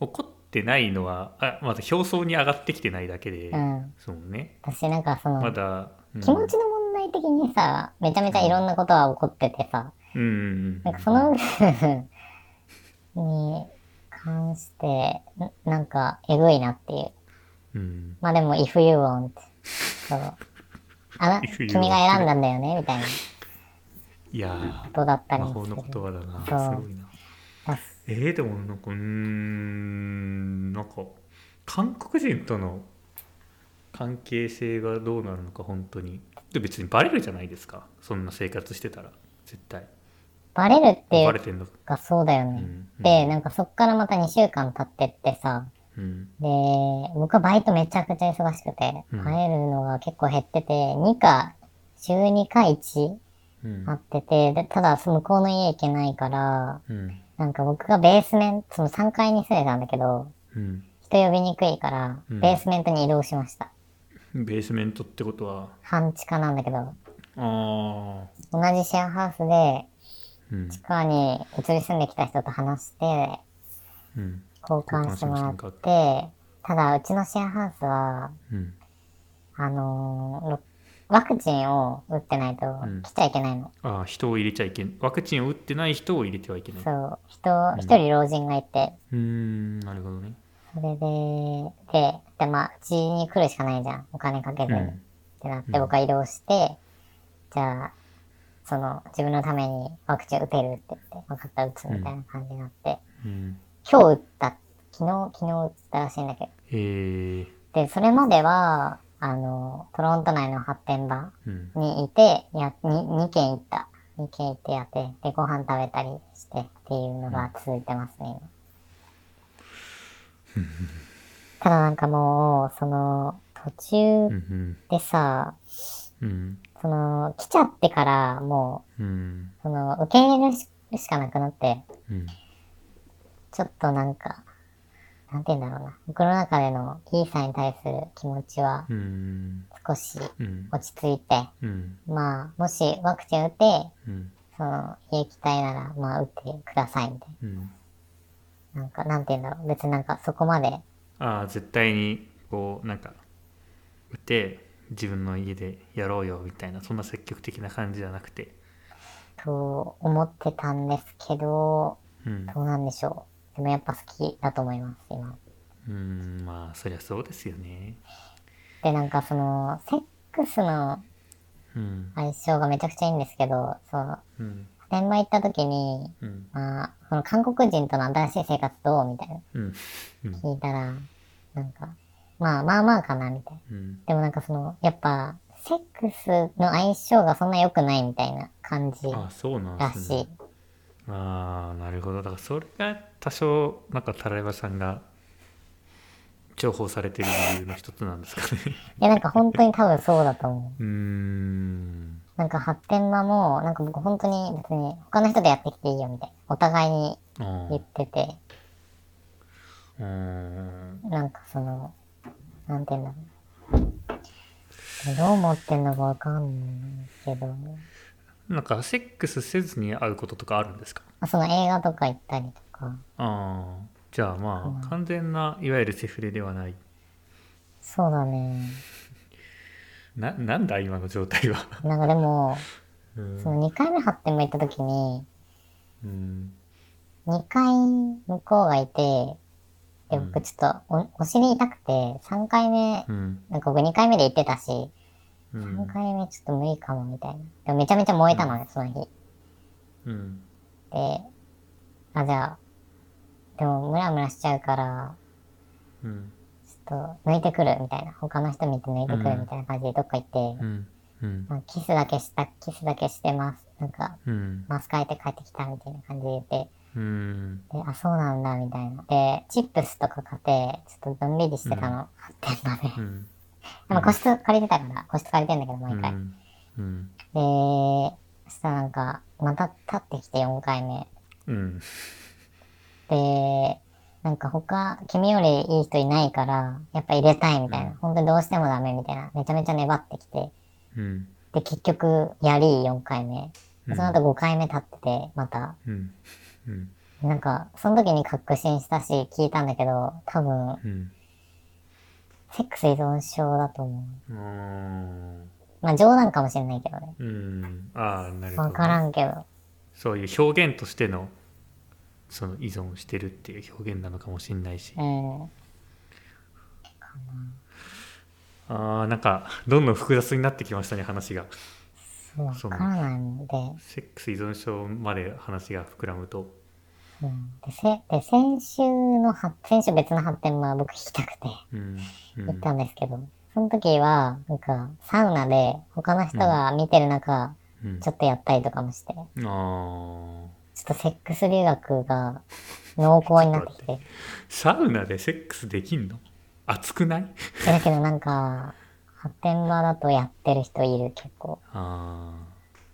Speaker 2: 怒ってないのはあまだ表層に上がってきてないだけで、
Speaker 1: うん
Speaker 2: そうね
Speaker 1: 私なんかその、
Speaker 2: まだ、うん、
Speaker 1: 気持ちの問題的にさ、めちゃめちゃいろんなことが起こっててさ、
Speaker 2: うんうん
Speaker 1: なんかその部分に関して、ななんかえぐいなっていう。
Speaker 2: うん
Speaker 1: まあでも、if you want. そう。あな、
Speaker 2: If you
Speaker 1: 君が選んだんだよねみたいな
Speaker 2: うんいや
Speaker 1: ことだっ
Speaker 2: ー
Speaker 1: たり
Speaker 2: 魔
Speaker 1: する
Speaker 2: 法の言葉だな
Speaker 1: そう
Speaker 2: すごいな
Speaker 1: だし
Speaker 2: えー、でもなんかうーんなんか韓国人との関係性がどうなるのか本当にで別にバレるじゃないですかそんな生活してたら絶対
Speaker 1: バレるってい
Speaker 2: バレ
Speaker 1: う
Speaker 2: てんの
Speaker 1: か、そうだよね。
Speaker 2: うん
Speaker 1: で、なんかそっからまた2週間経ってってさ、
Speaker 2: うん
Speaker 1: で、僕はバイトめちゃくちゃ忙しくて、
Speaker 2: うん
Speaker 1: 会えるのが結構減ってて、2か、週2か1
Speaker 2: うん
Speaker 1: あってて、で、ただその向こうの家行けないから、
Speaker 2: うん
Speaker 1: なんか僕がベースメント、その3階に住んでたんだけど、
Speaker 2: うん
Speaker 1: 人呼びにくいから、
Speaker 2: うん
Speaker 1: ベースメントに移動しました。
Speaker 2: ベースメントってことは
Speaker 1: 半地下なんだけど、
Speaker 2: ああ
Speaker 1: 同じシェアハウスで、
Speaker 2: うん
Speaker 1: 地下に移り住んできた人と話して、
Speaker 2: うん
Speaker 1: 交換してもらっ、
Speaker 2: 交換して
Speaker 1: ただ、うちのシェアハウスは、
Speaker 2: うん
Speaker 1: あのーろワクチンを打ってないと
Speaker 2: ん
Speaker 1: 来ちゃいけないの。
Speaker 2: ああ人を入れちゃいけんワクチンを打ってない人を入れてはいけない
Speaker 1: そう、人、一人老人がいて、
Speaker 2: うーんなるほどね
Speaker 1: それで、で、で、まあ、うちに来るしかないじゃん。お金かけず
Speaker 2: う
Speaker 1: に。
Speaker 2: ん
Speaker 1: ってなって、僕は移動して、じゃあ、その、自分のためにワクチン打てるって言って、分かった、打つみたいな感じになって、
Speaker 2: うん
Speaker 1: 今日打った、昨日、昨日打ったらしいんだけ
Speaker 2: えー、
Speaker 1: ど。で、それまでは、あの、トロント内の発展場
Speaker 2: うん
Speaker 1: にいて、や、に、2軒行った。2軒行ってやって、で、ご飯食べたりしてっていうのが続いてますね、今ただなんかもう、その、途
Speaker 2: う
Speaker 1: 中
Speaker 2: ん
Speaker 1: でさ、
Speaker 2: うん
Speaker 1: その、来ちゃってから、もう、
Speaker 2: うんうん
Speaker 1: その、受け入れるししかなくなって、
Speaker 2: うん
Speaker 1: ちょっとなんか、なんて言うんだろうな。僕の中でのイーサに対する気持ちは
Speaker 2: うん
Speaker 1: 少し
Speaker 2: うん
Speaker 1: 落ち着いて、
Speaker 2: うん
Speaker 1: まあ、もしワクチン打って、
Speaker 2: うん
Speaker 1: その、家来たいなら、まあ、打ってください、みたい
Speaker 2: うん
Speaker 1: な。なんか、なんて言うんだろう。別になんかそこまで、
Speaker 2: ああ絶対にこうなんか打って自分の家でやろうよみたいなそんな積極的な感じじゃなくて
Speaker 1: と思ってたんですけど、
Speaker 2: うん
Speaker 1: どうなんでしょう。でもやっぱ好きだと思います、今。
Speaker 2: うんまあそりゃそうですよね
Speaker 1: で、なんかその、セックスの
Speaker 2: うん
Speaker 1: 相性がめちゃくちゃいいんですけど、そう、
Speaker 2: うん
Speaker 1: 転売行った時に、
Speaker 2: うん
Speaker 1: まあ、その韓国人との新しい生活どうみたいな
Speaker 2: うんうん
Speaker 1: 聞いたら、なんか、まあまあまあかなみたいな。
Speaker 2: うん
Speaker 1: でもなんかその、やっぱ、セックスの相性がそんな良くないみたいな感じ
Speaker 2: ああそうなん
Speaker 1: ら
Speaker 2: で
Speaker 1: し
Speaker 2: すね
Speaker 1: い。
Speaker 2: ああなるほどだからそれが多少なんかタラエバさんが重宝されてる理由の一つなんですかね
Speaker 1: いやなんか本当に多分そうだと思
Speaker 2: うーん
Speaker 1: う。なんか発展場も、なんか僕本当に別に他の人とやってきていいよみたいな。お互いに
Speaker 2: あ
Speaker 1: 言ってて、
Speaker 2: ーうーん
Speaker 1: なんかその、なんて言うんだろう。どう思ってんのかわかんないけど、
Speaker 2: なんかセックスせずに会うこととかあるんですか
Speaker 1: あその映画とか行ったりとか、
Speaker 2: ああじゃあまあ完全ないわゆるセフレではない
Speaker 1: そうだね。
Speaker 2: ななんだ今の状態は
Speaker 1: なんかでも、
Speaker 2: う
Speaker 1: そ
Speaker 2: ん
Speaker 1: の2回目発展も行った時に、
Speaker 2: うん
Speaker 1: 2回向こうがいて、で、
Speaker 2: うん
Speaker 1: 僕ちょっとおお尻痛くて、3回目、
Speaker 2: うん
Speaker 1: なんか僕2回目で行ってたし、
Speaker 2: う
Speaker 1: 3
Speaker 2: ん
Speaker 1: 回目ちょっと無理かもみたいな。でもめちゃめちゃ燃えたのね、その日。で、
Speaker 2: うん
Speaker 1: あ、じゃあ、でもムラムラしちゃうから、
Speaker 2: うん
Speaker 1: ちょっと抜いてくるみたいな。他の人見て抜いてくるみたいな感じでどっか行って、
Speaker 2: うんうん
Speaker 1: まあキスだけした、キスだけしてます。なんか、
Speaker 2: うん
Speaker 1: マス変えて帰ってきたみたいな感じで言って、
Speaker 2: うん
Speaker 1: で、あ、そうなんだ、みたいな。で、チップスとか買って、ちょっとのんびりしてたの、発展場で。
Speaker 2: うん
Speaker 1: でも個室借りてたから、個室借りてんだけど、
Speaker 2: う
Speaker 1: 毎回。で、
Speaker 2: んうん
Speaker 1: そしたらなんか、また立ってきて4回目。
Speaker 2: うん
Speaker 1: で、なんか他、君よりいい人いないから、やっぱ入れたいみたいな。本当にどうしてもダメみたいな。めちゃめちゃ粘ってきて。
Speaker 2: うん
Speaker 1: で、結局、やり4回目。でその後5回目立ってて、また。
Speaker 2: うんうん
Speaker 1: なんか、その時に確信したし、聞いたんだけど、多分、
Speaker 2: うん
Speaker 1: セックス依存症だと思
Speaker 2: うーん
Speaker 1: う。まあ冗談かもしれないけどね。
Speaker 2: うんああなるほどね、
Speaker 1: わからんけど。
Speaker 2: そういう表現としてのその依存してるっていう表現なのかもしれないし
Speaker 1: うん。
Speaker 2: あーなんかどんどん複雑になってきましたね話が
Speaker 1: そうわからないので。
Speaker 2: セックス依存症まで話が膨らむと
Speaker 1: うん、でせで、先週の発、先週別の発展は僕聞きたくて
Speaker 2: うんう
Speaker 1: 行っ
Speaker 2: ん
Speaker 1: たんですけど、その時は、なんか、サウナで他の人が見てる中、
Speaker 2: うん
Speaker 1: ちょっとやったりとかもして、ちょっ
Speaker 2: あ
Speaker 1: とセックス留学が濃厚になってきて。
Speaker 2: ーサウナでセックスできんの熱くない
Speaker 1: えだけどなんか、発展場だとやってる人いる結構。
Speaker 2: あ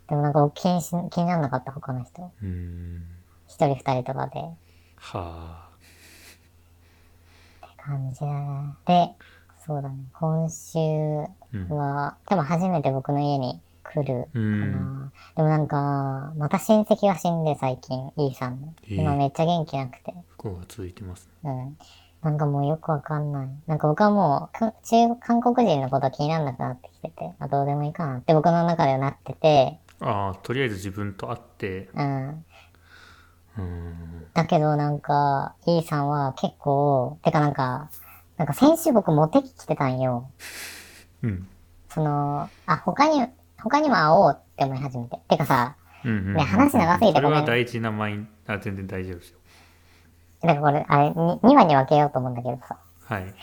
Speaker 1: でもなんか僕気にし、気にならなかった他の人。
Speaker 2: ーうん
Speaker 1: 一人二人とかで。
Speaker 2: は
Speaker 1: 感じだな。で、そうだね。今週
Speaker 2: あうん
Speaker 1: は、多分初めて僕の家に来る
Speaker 2: う
Speaker 1: か
Speaker 2: ん。
Speaker 1: な。でもなんか、また親戚が死んで最近、E さんの。
Speaker 2: えー
Speaker 1: 今めっちゃ元気なくて。
Speaker 2: 不幸が続いてます
Speaker 1: う
Speaker 2: ね。
Speaker 1: ん。なんかもうよくわかんない。なんか僕はもう、か中、韓国人のこと気にならなくなってきてて、あ、どうでもいいかなって僕の中ではなってて、
Speaker 2: ああ、とりあえず自分と会って、
Speaker 1: うん。
Speaker 2: うん。
Speaker 1: だけどなんか、E さんは結構、てかなんか、なんか先週僕モテ期来てたんよ。
Speaker 2: うん。
Speaker 1: その、あ、他に、他にも会おうって思い始めて。てかさ、
Speaker 2: うんうんうん、
Speaker 1: ね話長すぎて
Speaker 2: それ
Speaker 1: ごめ
Speaker 2: は
Speaker 1: ん
Speaker 2: 大事なマインあ全然大丈夫ですよ
Speaker 1: なんかこれ、あれ、2話に分けようと思うんだけどさ、
Speaker 2: はい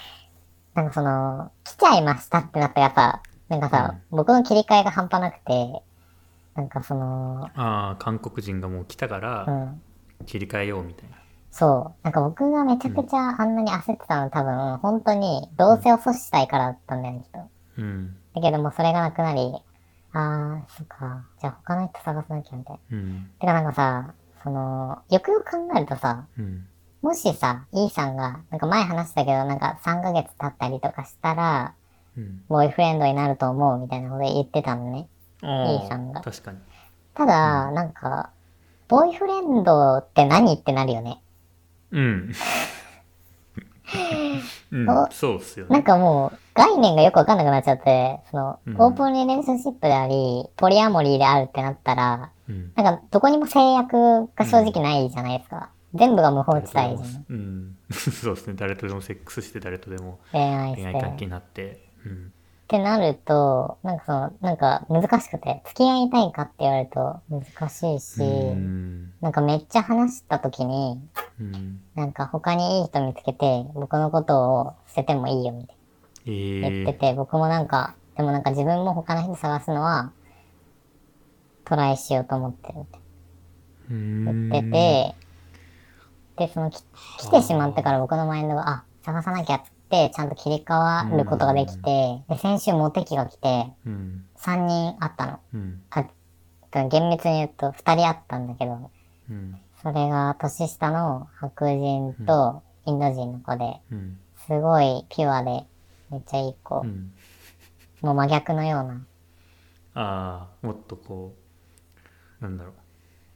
Speaker 1: なんかその、来ちゃいましたってなったらやっぱ、なんかさ、僕の切り替えが半端なくて、なんかその、
Speaker 2: ああ韓国人がもう来たか
Speaker 1: う
Speaker 2: ら
Speaker 1: ん。
Speaker 2: 切り替えようみたいな、
Speaker 1: そう。なんか僕がめちゃくちゃあんなに焦ってたの多分、本当に同性を阻止したいからだったんだよね、きっと。
Speaker 2: うん
Speaker 1: だけどもうそれがなくなり、あー、そっか、じゃあ他の人探さなきゃみたいな。
Speaker 2: うん
Speaker 1: てかなんかさ、その、よくよく考えるとさ、
Speaker 2: うん
Speaker 1: もしさ、E さんが、なんか前話したけど、なんか3ヶ月経ったりとかしたら、
Speaker 2: うん
Speaker 1: ボーイフレンドになると思うみたいなこと言ってたのね。
Speaker 2: あ
Speaker 1: いいじゃんが
Speaker 2: あ確かに
Speaker 1: ただ、なんか、ボーイフレンドって何ってなるよね。
Speaker 2: うん うん
Speaker 1: お
Speaker 2: そうっすよ
Speaker 1: なん
Speaker 2: ね
Speaker 1: かもう、概念がよくわかんなくなっちゃって、その
Speaker 2: う、ん
Speaker 1: オープンリレーションシップであり、ポリアモリーであるってなったら、
Speaker 2: うん
Speaker 1: なんかどこにも制約が正直ないじゃないですか。全部が無法地帯じゃ
Speaker 2: 誰と
Speaker 1: ん
Speaker 2: でも。うん そうですね誰とでもセックスして誰とでも
Speaker 1: 恋愛
Speaker 2: 恋愛
Speaker 1: し
Speaker 2: 関係
Speaker 1: て。っ
Speaker 2: になってうん
Speaker 1: てなると、なんかその、なんか難しくて、付き合いたいかって言われると難しいし、
Speaker 2: うん
Speaker 1: なんかめっちゃ話した時に、
Speaker 2: うん
Speaker 1: なんか他にいい人見つけて、僕のことを捨ててもいいよみたい
Speaker 2: え
Speaker 1: な言って
Speaker 2: ー、
Speaker 1: て、僕もなんか、でもなんか自分も他の人探すのは、トライしようと思ってるって
Speaker 2: う
Speaker 1: 言
Speaker 2: ん
Speaker 1: ってて、で、そのき来てしまったから僕のマインドが、あ、探さなきゃって、ちゃんと切り替わることができて、で、先週モテ期が来て、
Speaker 2: うん
Speaker 1: 3人あったの。
Speaker 2: うん
Speaker 1: あ、厳密に言うと2人あったんだけど、
Speaker 2: うん
Speaker 1: それが年下の白人とインド人の子で、
Speaker 2: うん
Speaker 1: すごいピュアで、めっちゃいい子。
Speaker 2: うん
Speaker 1: もう真逆のような。
Speaker 2: ああもっとこうなんだろう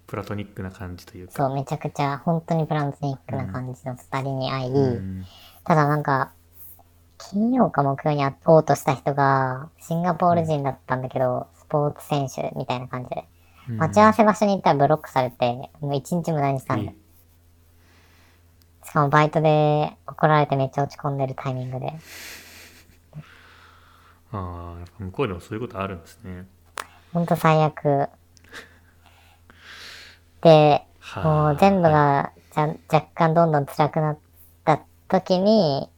Speaker 2: プラトニックな感じというか
Speaker 1: そう、めちゃくちゃ本当にプランツニックな感じの2人に会い、
Speaker 2: うん
Speaker 1: ただなんか、金曜か木曜に会おうとした人が、シンガポール人だったんだけど、スポーツ選手みたいな感じで。
Speaker 2: うん
Speaker 1: 待ち合わせ場所に行ったらブロックされて、もう一日無駄にしたんだよ。しかもバイトで怒られてめっちゃ落ち込んでるタイミングで。
Speaker 2: ああやっぱ向こうでもそういうことあるんですね
Speaker 1: ほんと最悪。で、
Speaker 2: はあ
Speaker 1: もう全部がじゃ若干どんどん辛くなった時に、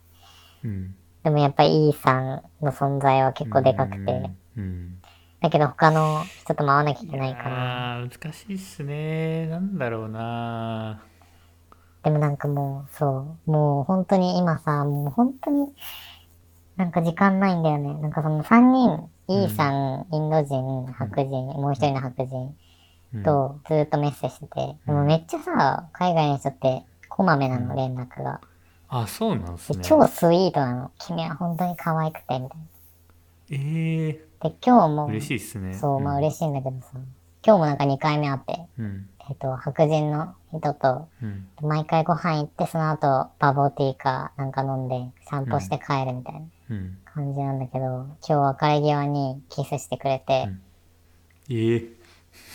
Speaker 2: うん
Speaker 1: でもやっぱり E さんの存在は結構でかくて、
Speaker 2: うんうん
Speaker 1: だけど他の人とも会わなきゃいけないから、
Speaker 2: あー難しいっすねなんだろうな
Speaker 1: でもなんかもう、そう、もう本当に今さ、もう本当に、なんか時間ないんだよね。なんかその3人、E さん、インド人、白人、もう一人の白人
Speaker 2: うん
Speaker 1: とずっとメッセージしてて、でもめっちゃさ、海外の人ってこまめなの、連絡が。
Speaker 2: あそうなんです
Speaker 1: で
Speaker 2: ね
Speaker 1: 超スイートなの。君は本当に可愛くて、みたい
Speaker 2: えー、
Speaker 1: な。で、今日も、
Speaker 2: 嬉しいっすね
Speaker 1: そう、まあ
Speaker 2: しい
Speaker 1: 嬉しいんだけどさ、今日もなんか2回目会って、
Speaker 2: うん
Speaker 1: えっ、と、白人の人と、
Speaker 2: うん
Speaker 1: 毎回ご飯行って、その後、バボーティーかなんか飲んで、散歩して帰るみたいな
Speaker 2: うん
Speaker 1: 感じなんだけど、今日別れ際にキスしてくれて、
Speaker 2: うんえー、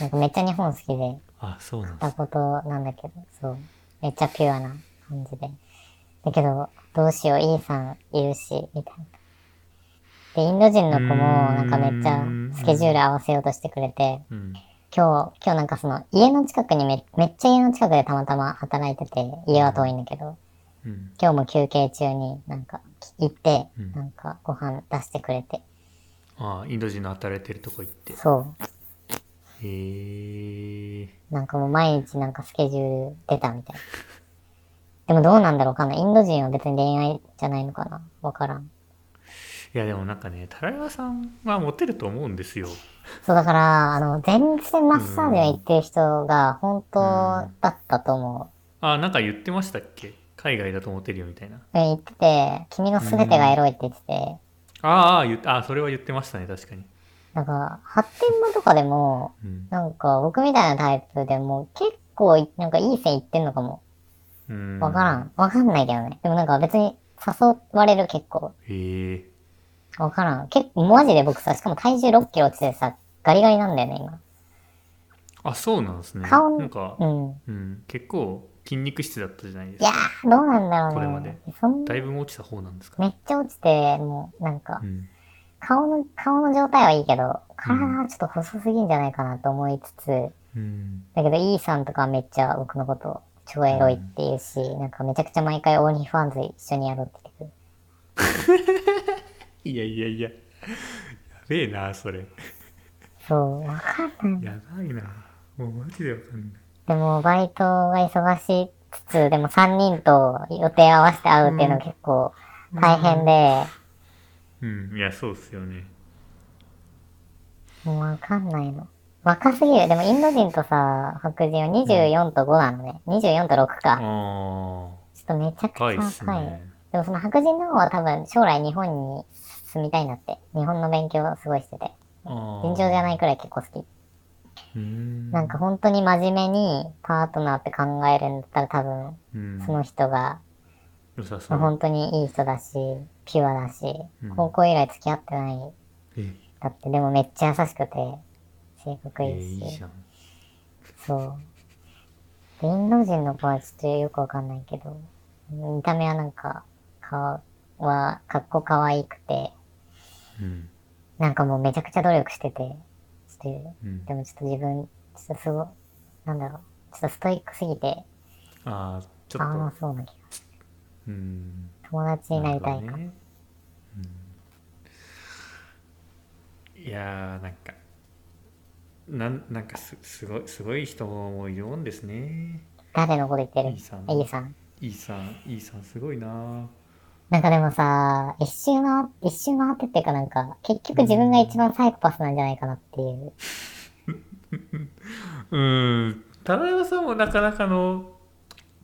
Speaker 1: なんかめっちゃ日本好きで、
Speaker 2: あそうなんで
Speaker 1: た
Speaker 2: す
Speaker 1: ことなんだけど、そう。めっちゃピュアな感じで。だけど、どうしよう、E さんいるし、みたいな。で、インド人の子も、なんかめっちゃスケジュール合わせようとしてくれて、
Speaker 2: うん
Speaker 1: 今日、今日なんかその、家の近くにめ、めっちゃ家の近くでたまたま働いてて、家は遠いんだけど、
Speaker 2: うん
Speaker 1: 今日も休憩中になんか行って、
Speaker 2: うん
Speaker 1: なんかご飯出してくれて、
Speaker 2: ああインド人の働いてるとこ行って
Speaker 1: そ
Speaker 2: へえ
Speaker 1: う。なんかもう毎日なんかスケジュール出たみたいな。でもどうなんだろうわかんない。インド人は別に恋愛じゃないのかなわからん。
Speaker 2: いやでもなんかね、タラヤワさんはモテると思うんですよ。
Speaker 1: そうだから、あの、全然マッサージは行ってる人が本当だったと思
Speaker 2: あ、なんか言ってましたっけ海外だとモテるよみたいな。
Speaker 1: う。で言ってて、君の全てがエロいって言ってて、
Speaker 2: あーあー、言っあーそれは言ってましたね、確かに。
Speaker 1: なんか、発展場とかでも、
Speaker 2: うん
Speaker 1: なんか僕みたいなタイプでも結構い、なんかいい線いってんのかも。
Speaker 2: うん
Speaker 1: わからん。わかんないけどね。でもなんか別に誘われる結構。
Speaker 2: へえ
Speaker 1: わからん。結構、マジで僕さ、しかも体重6キロ落ちてさ、ガリガリなんだよね、今。
Speaker 2: あそうなんですね
Speaker 1: 顔
Speaker 2: なんか、
Speaker 1: うん。
Speaker 2: うん、結構筋肉質だったじゃないで
Speaker 1: い
Speaker 2: す
Speaker 1: や
Speaker 2: か
Speaker 1: ー、どうなんだろうね。
Speaker 2: これまで
Speaker 1: そん
Speaker 2: だいぶ落ちた方なんですか、
Speaker 1: めっちゃ落ちて、もう、なんか
Speaker 2: う、ん、
Speaker 1: 顔の、顔の状態はいいけど、体がちょっと細すぎんじゃないかなと思いつつ、
Speaker 2: うん、
Speaker 1: だけど、イーさんとかはめっちゃ僕のこと、超エロいって言うし、なんかめちゃくちゃ毎回オーニーファンズ一緒にやろうって言ってくる。
Speaker 2: いやいやいややべえなそれ
Speaker 1: そう、わかんない。
Speaker 2: やばいなもうマジでわかんない
Speaker 1: でも、バイトが忙しいつつ、でも3人と予定合わせて会うっていうのは結構大変で、
Speaker 2: うんいやそうっすよね
Speaker 1: もうわかんないの。若すぎる。でも、インド人とさ、白人は24と5なのね。24と6
Speaker 2: あ
Speaker 1: か。
Speaker 2: あ
Speaker 1: ちょっとめちゃくちゃ
Speaker 2: 深いっす
Speaker 1: 若い。
Speaker 2: ね
Speaker 1: でも、その白人の方は多分、将来日本に住みたいなって。日本の勉強をすごいしてて。尋
Speaker 2: 尋
Speaker 1: 常じゃないいくらい結構好き。
Speaker 2: うん
Speaker 1: なんか本当に真面目にパートナーって考えるんだったら多分、
Speaker 2: うん
Speaker 1: その人が
Speaker 2: 良さそう
Speaker 1: 本当にいい人だし、ピュアだし
Speaker 2: うん、
Speaker 1: 高校以来付き合ってない。
Speaker 2: え
Speaker 1: だってでもめっちゃ優しくて、性格
Speaker 2: え
Speaker 1: い
Speaker 2: い
Speaker 1: い
Speaker 2: い
Speaker 1: し
Speaker 2: じ。ゃん
Speaker 1: そう。インド人の子はちょっとよくわかんないけど、見た目はなんか、顔は、格好可愛くて、
Speaker 2: うん
Speaker 1: なんかもうめちゃくちゃ努力してて、ちょっと
Speaker 2: うん
Speaker 1: でもちょっと自分、ちょっとすご、なんだろう、ちょっとストイックすぎて、
Speaker 2: ああちょ
Speaker 1: 合わ
Speaker 2: っ
Speaker 1: なそうな気が。
Speaker 2: とうん
Speaker 1: 友達になりたい
Speaker 2: る
Speaker 1: か
Speaker 2: ほど。ねうんいやーなんかなんなんかすすごいすごい人もいるもんですね
Speaker 1: 誰のこと言ってる
Speaker 2: イーさん
Speaker 1: イーさん。
Speaker 2: イーさんイーさんすごいなー
Speaker 1: なんかでもさ、一周回一周回ってっていうかなんか、結局自分が一番サイコパスなんじゃないかなっていう。
Speaker 2: うーん田中さんもなかなかの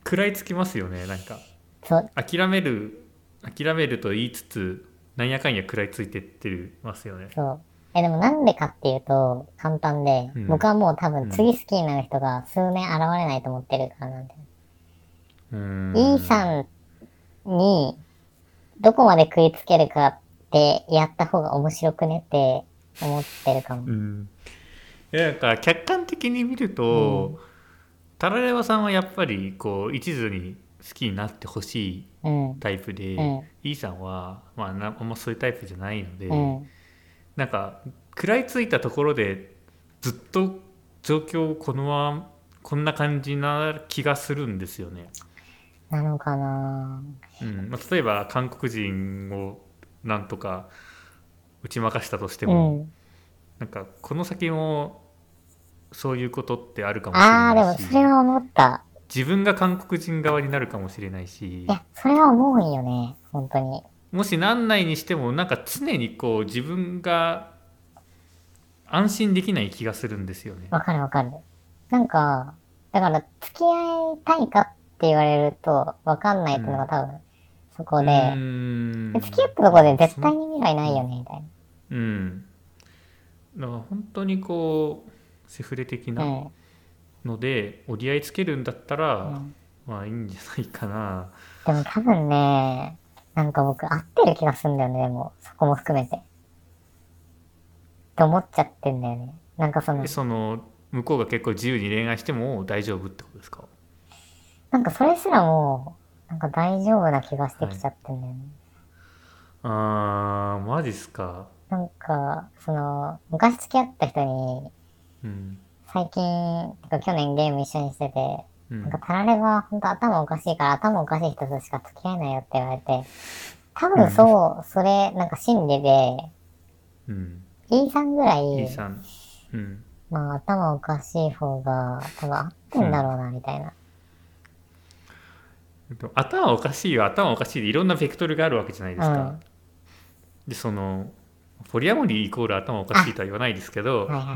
Speaker 2: 食らいつきますよねなんか
Speaker 1: そう、
Speaker 2: 諦める諦めると言いつつなんやかんや食らいついてってますよね
Speaker 1: そう。え、でもなんでかっていうと、簡単で、
Speaker 2: うん
Speaker 1: 僕はもう多分次好きになる人が数年現れないと思ってるからなんだよ。
Speaker 2: うーん
Speaker 1: イーさんに、どこまで食いつけるかってやった方が面白くねって思ってるかも
Speaker 2: う。ん、いやなんか客観的に見ると、タラレバさんはやっぱりこう一途に好きになってほしい
Speaker 1: うん。
Speaker 2: タイプで、
Speaker 1: うん
Speaker 2: イーさんは、まあ、なあんまそういうタイプじゃないので、
Speaker 1: うん。
Speaker 2: なんか食らいついたところでずっと状況をこのままこんな感じな気がするんですよね。
Speaker 1: なのかな
Speaker 2: うんまあ、例えば韓国人をなんとか打ち負かしたとして
Speaker 1: う
Speaker 2: も、
Speaker 1: ん。
Speaker 2: なんかこの先もそういうことってあるかもしれ
Speaker 1: ああ、でも
Speaker 2: ないし
Speaker 1: それは思った。
Speaker 2: 自分が韓国人側になるかもしれないし
Speaker 1: いや、それは思うんよね。本当に。
Speaker 2: もしなんないにしてもなんか常にこう自分が安心できない気がするんですよね。
Speaker 1: わかるわかる。なんか、だから、付き合いたいかって言われると、わかんないっていうのが多分、そこ
Speaker 2: う
Speaker 1: で、
Speaker 2: ーん
Speaker 1: で付き合ったところで絶対に未来ないよね、みたい
Speaker 2: うん。だから本当にこうセフレ的
Speaker 1: な。う。
Speaker 2: なんので折り合いつけるんだったら、
Speaker 1: うん
Speaker 2: まあいいんじゃないかな。
Speaker 1: でも多分ね、なんか僕合ってる気がするんだよね、でもう。そこも含めて。って思っちゃってんだよね。なんかその
Speaker 2: え、その向こうが結構自由に恋愛しても大丈夫ってことですか
Speaker 1: なんかそれすらもう、なんか大丈夫な気がしてきちゃってんだよね。
Speaker 2: あーマジっすか
Speaker 1: なんか、その、昔付き合った人に、
Speaker 2: うん
Speaker 1: 最近、てか去年ゲーム一緒にしてて、
Speaker 2: うん
Speaker 1: なんかタラレバは本当頭おかしいから頭おかしい人としか付き合えないよって言われて、多分そう、それ、なんか心理で、
Speaker 2: うん、
Speaker 1: E さんぐらい、
Speaker 2: E さん、うん、
Speaker 1: まあ頭おかしい方が多分合ってんだろうな、みたいな。
Speaker 2: でも頭おかしいは頭おかしいでいろんなベクトルがあるわけじゃないですか、
Speaker 1: うん
Speaker 2: でそのポリアモリーイコール頭おかしいとは言わないですけど
Speaker 1: あはいはい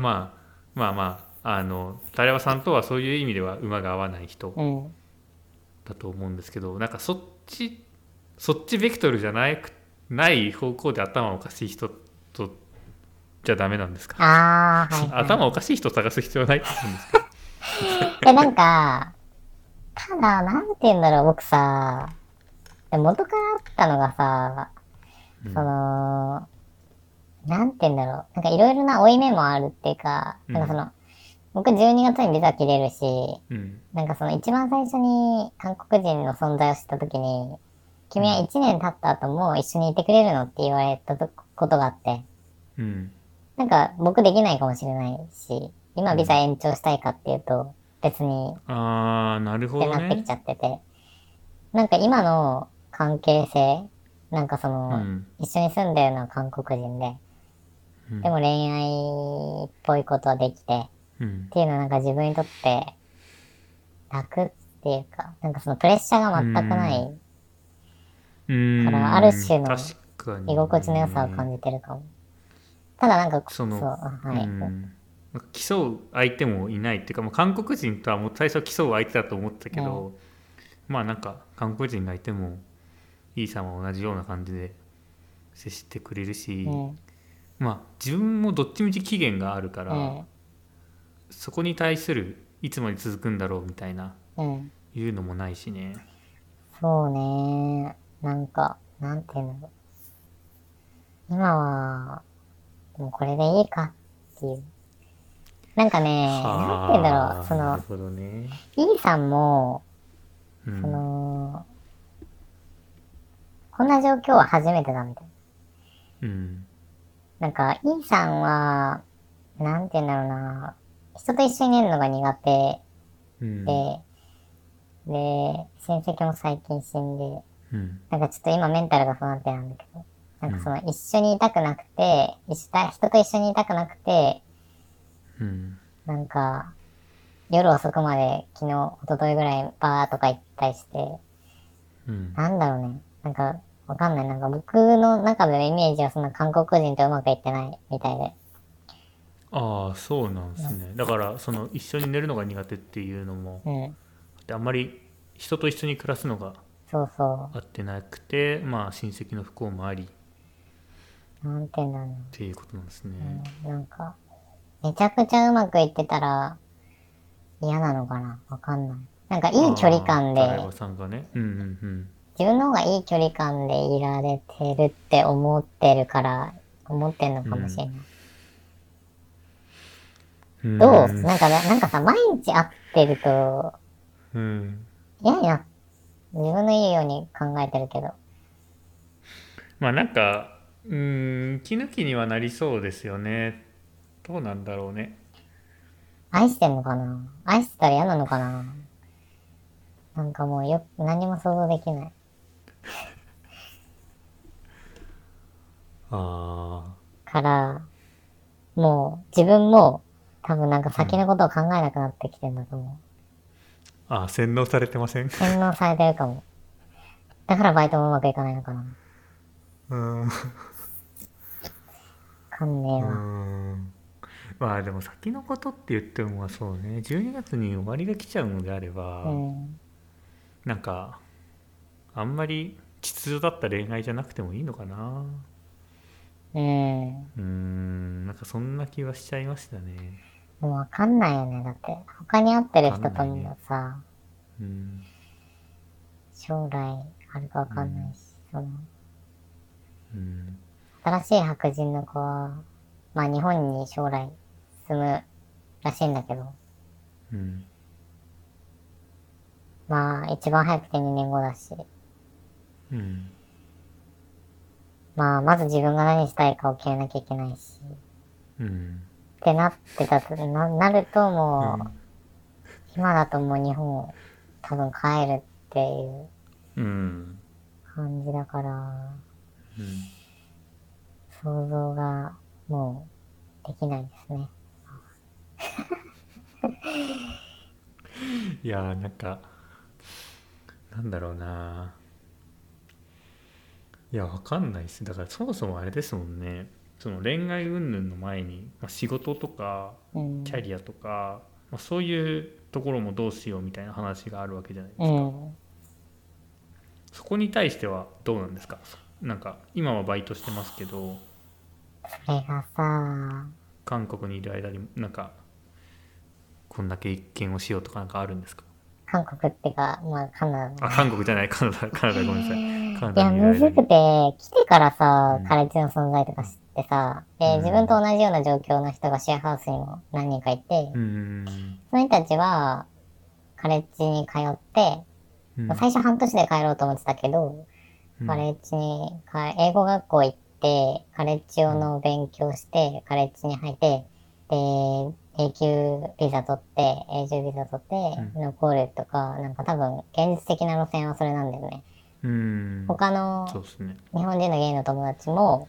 Speaker 2: まあまあまああのタレバさんとはそういう意味では馬が合わない人
Speaker 1: うん。
Speaker 2: だと思うんですけどなんかそっちそっちベクトルじゃないない方向で頭おかしい人とじゃダメなんですか
Speaker 1: ああ、はい、はい。
Speaker 2: 頭おかしい人探す必要ないって言うんですか
Speaker 1: え、なんか、ただ、なんて言うんだろう、僕さ、で元からあったのがさ、
Speaker 2: うん
Speaker 1: その、なんて言うんだろう、なんかいろいろな負い目もあるっていうか、
Speaker 2: うん
Speaker 1: なんかその、僕12月にビザ切れるし、
Speaker 2: うん
Speaker 1: なんかその一番最初に韓国人の存在を知った時に、君は1年経った後もう一緒にいてくれるのって言われたとことがあって、
Speaker 2: うん
Speaker 1: なんか僕できないかもしれないし、今ビザ延長したいかっていうと、別に
Speaker 2: ああなるほ
Speaker 1: って
Speaker 2: ど
Speaker 1: なってき
Speaker 2: ね
Speaker 1: ちゃってて、なんか今の関係性、なんかその、
Speaker 2: うん
Speaker 1: 一緒に住んでるのは韓国人で、
Speaker 2: うん
Speaker 1: でも恋愛っぽいことはできて、
Speaker 2: うん
Speaker 1: っていうのはなんか自分にとって楽っていうか、なんかそのプレッシャーが全くない、
Speaker 2: ううーん
Speaker 1: からある種の
Speaker 2: 確かに
Speaker 1: 居心地の良さを感じてるかも。ただなんか、
Speaker 2: その
Speaker 1: う、はい。
Speaker 2: うんなんか競う相手もいないっていうか、まあ、韓国人とはもう最初は競う相手だと思ってたけど、まあなんか韓国人がいてもイさんは同じような感じで接してくれるし、
Speaker 1: うん
Speaker 2: まあ自分もどっちみち期限があるから、
Speaker 1: うん
Speaker 2: そこに対するいつまで続くんだろうみたいな
Speaker 1: うん
Speaker 2: いうのもないしね
Speaker 1: そうねなんか、なんていうの。今は、もうこれでいいかっていう。なんかね、なんていうんだろ
Speaker 2: は
Speaker 1: う。
Speaker 2: あ
Speaker 1: そ
Speaker 2: な
Speaker 1: の
Speaker 2: る、ほどね、
Speaker 1: E さんも、
Speaker 2: う
Speaker 1: そ
Speaker 2: ん、
Speaker 1: の、こんな状況は初めてだみたい
Speaker 2: うん
Speaker 1: な。なんか、E さんは、なんて言うんだろうな、人と一緒にいるのが苦手
Speaker 2: うん
Speaker 1: で、で、親戚も最近死んで、
Speaker 2: うん
Speaker 1: なんかちょっと今メンタルが不安定なんだけど、なんかその一緒にいたくなくて、一緒人と一緒にいたくなくて、
Speaker 2: うん
Speaker 1: なんか、夜遅くまで昨日、一昨日ぐらいバーとか行ったりして、
Speaker 2: うん
Speaker 1: なんだろうね。なんか、わかんない。なんか僕の中でのイメージはその韓国人とうまくいってないみたいで。
Speaker 2: ああそうなんですねだからその一緒に寝るのが苦手っていうのも
Speaker 1: うん。
Speaker 2: であんまり人と一緒に暮らすのが
Speaker 1: そうそ
Speaker 2: 合ってなくてまあ親戚の不幸もありっ
Speaker 1: う。なんて言うんだろうね
Speaker 2: ていうことなんですね、
Speaker 1: うん。なんか、めちゃくちゃうまくいってたら嫌なのかなわかんない。なんかいい距離感で
Speaker 2: あ、ー田中さんがねうんうん
Speaker 1: 自分の方がいい距離感でいられてるって思ってるから、思ってんのかもしれない。
Speaker 2: うん
Speaker 1: どうなんかね、なんかさ、毎日会ってると
Speaker 2: うん
Speaker 1: 嫌になっ自分のいいように考えてるけど。
Speaker 2: まあなんかうん気抜きにはなりそうですよねどうなんだろうね
Speaker 1: 愛してんのかな愛してたら嫌なのかななんかもうよく何も想像できない。
Speaker 2: あ
Speaker 1: から、もう自分も多分なんか先のことを考えなくなってきてんだと思
Speaker 2: ーあー洗脳されてません
Speaker 1: う。洗脳されてるかも。だからバイトもうまくいかないのかな。わ
Speaker 2: うん
Speaker 1: かんねえわ。
Speaker 2: うんまあでも先のことって言ってもまあそうね12月に終わりが来ちゃうのであれば、
Speaker 1: うん。
Speaker 2: なんかあんまり秩序だった恋愛じゃなくてもいいのかな
Speaker 1: うん。
Speaker 2: うーんなんかそんな気はしちゃいましたね
Speaker 1: もうわかんないよね。だって、他に会ってる人と
Speaker 2: わかんない
Speaker 1: も
Speaker 2: ね
Speaker 1: さ、
Speaker 2: うん
Speaker 1: 将来あるかわかんないし、その、
Speaker 2: うん
Speaker 1: 新しい白人の子は、まあ日本に将来住むらしいんだけど、
Speaker 2: うん
Speaker 1: まあ一番早くて2年後だし、
Speaker 2: うん
Speaker 1: まあまず自分が何したいかを決めなきゃいけないし、
Speaker 2: うん
Speaker 1: ってなってたと、ななるともう、
Speaker 2: うん
Speaker 1: 今だともう日本を多分帰るっていう
Speaker 2: うん
Speaker 1: 感じだから、
Speaker 2: うん
Speaker 1: 想像がもうできないですね。
Speaker 2: いやーなんかなんだろうないやわかんないですだからそもそもあれですもんねその恋愛云々の前に、まあ、仕事とか
Speaker 1: うん。
Speaker 2: キャリアとか、まあ、そういうところもどうしようみたいな話があるわけじゃないですか、
Speaker 1: うん。
Speaker 2: そこに対してはどうなんですかなんか今はバイトしてますけど
Speaker 1: それがさ、
Speaker 2: 韓国にいる間になんかこんだけ一見をしようとかなんかあるんですか
Speaker 1: 韓国ってか、まあ、カナダ
Speaker 2: あ
Speaker 1: の。
Speaker 2: 韓国じゃないカナダカナダごめんなさいカナ
Speaker 1: い
Speaker 2: ダ
Speaker 1: や、
Speaker 2: にいる
Speaker 1: むず
Speaker 2: 間
Speaker 1: く
Speaker 2: に
Speaker 1: て、来てからさ
Speaker 2: うん、
Speaker 1: 彼氏の存在とか知ってさ、で、
Speaker 2: うん
Speaker 1: 自分と同じような状況の人がシェアハウスにも何人かいて
Speaker 2: う、ん
Speaker 1: その人たちは、カレッジに通って、
Speaker 2: うん
Speaker 1: 最初半年で帰ろうと思ってたけど、
Speaker 2: うん
Speaker 1: カレッジにか、英語学校行って、カレッジ用の勉強して、カレッジに入って、で、永久ビザ取って、永住ビザ取って、
Speaker 2: う
Speaker 1: 残るとか、なんか多分、現実的な路線はそれなんだよね。
Speaker 2: うん
Speaker 1: 他の
Speaker 2: そうですね
Speaker 1: 日本人のゲイの友達も、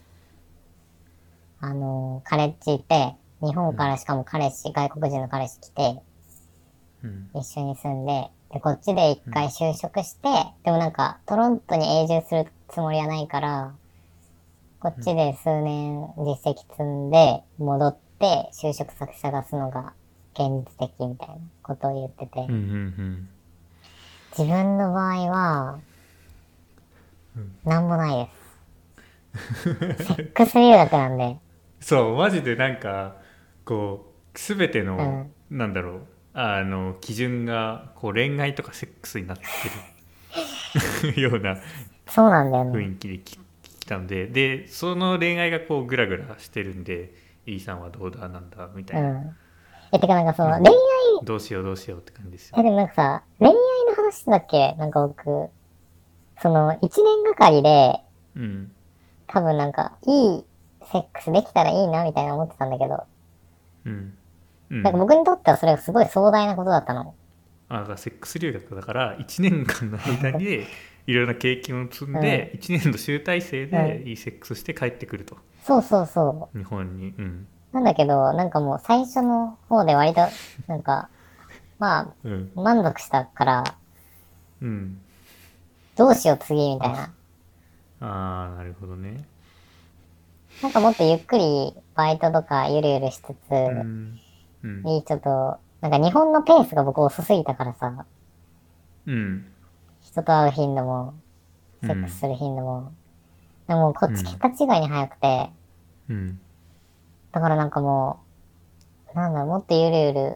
Speaker 1: あの、カレッジ行って、日本からしかも彼氏、外国人の彼氏来て、
Speaker 2: うん
Speaker 1: 一緒に住んで、で、こっちで一回就職して、でもなんか、トロントに永住するつもりはないから、こっちで数年実績積んで、戻って就職先探すのが現実的みたいなことを言ってて、
Speaker 2: うんうん
Speaker 1: 自分の場合は、なんもないです。セックス留学なんで、
Speaker 2: そうマジでなんかこう全ての、なんだろうあの基準がこう恋愛とかセックスになって るような
Speaker 1: そうなんだよね。
Speaker 2: 雰囲気でき来たのででその恋愛がこうグラグラしてるんで E さんはどうだなんだみた
Speaker 1: う
Speaker 2: いな、
Speaker 1: ん。え、てかなんかその、
Speaker 2: うん
Speaker 1: 恋愛、
Speaker 2: どうしようどうしようって感じです
Speaker 1: え、
Speaker 2: よ
Speaker 1: でもなんかさ、恋愛の話だっけなんか僕、その、一年がかりで、
Speaker 2: うん
Speaker 1: 多分なんか、いいセックスできたらいいな、みたいな思ってたんだけど、
Speaker 2: うんうん
Speaker 1: なんか僕にとってはそれがすごい壮大なことだったの。
Speaker 2: あだからセックス留学だから1年間の間 にいろいろな経験を積んで、一1年の集大成でいいセックスして帰ってくると
Speaker 1: そうそうそ
Speaker 2: 日本にうん
Speaker 1: う。なんだけど、なんかもう最初の方で割と、なんか、ま
Speaker 2: うん
Speaker 1: あ、満足したから、
Speaker 2: うん
Speaker 1: どうしよう次、みたいな。
Speaker 2: ああなるほどね
Speaker 1: なんかもっとゆっくりバイトとかゆるゆるしつつ、
Speaker 2: うんうん
Speaker 1: いいちょっと、なんか日本のペースが僕遅すぎたからさ、
Speaker 2: うん
Speaker 1: 人と会う頻度も、
Speaker 2: う
Speaker 1: セック
Speaker 2: ん
Speaker 1: スする頻度も。でもこっち桁違いに早くて、
Speaker 2: うん
Speaker 1: だからなんかもう、なんだろう、もっとゆるゆる、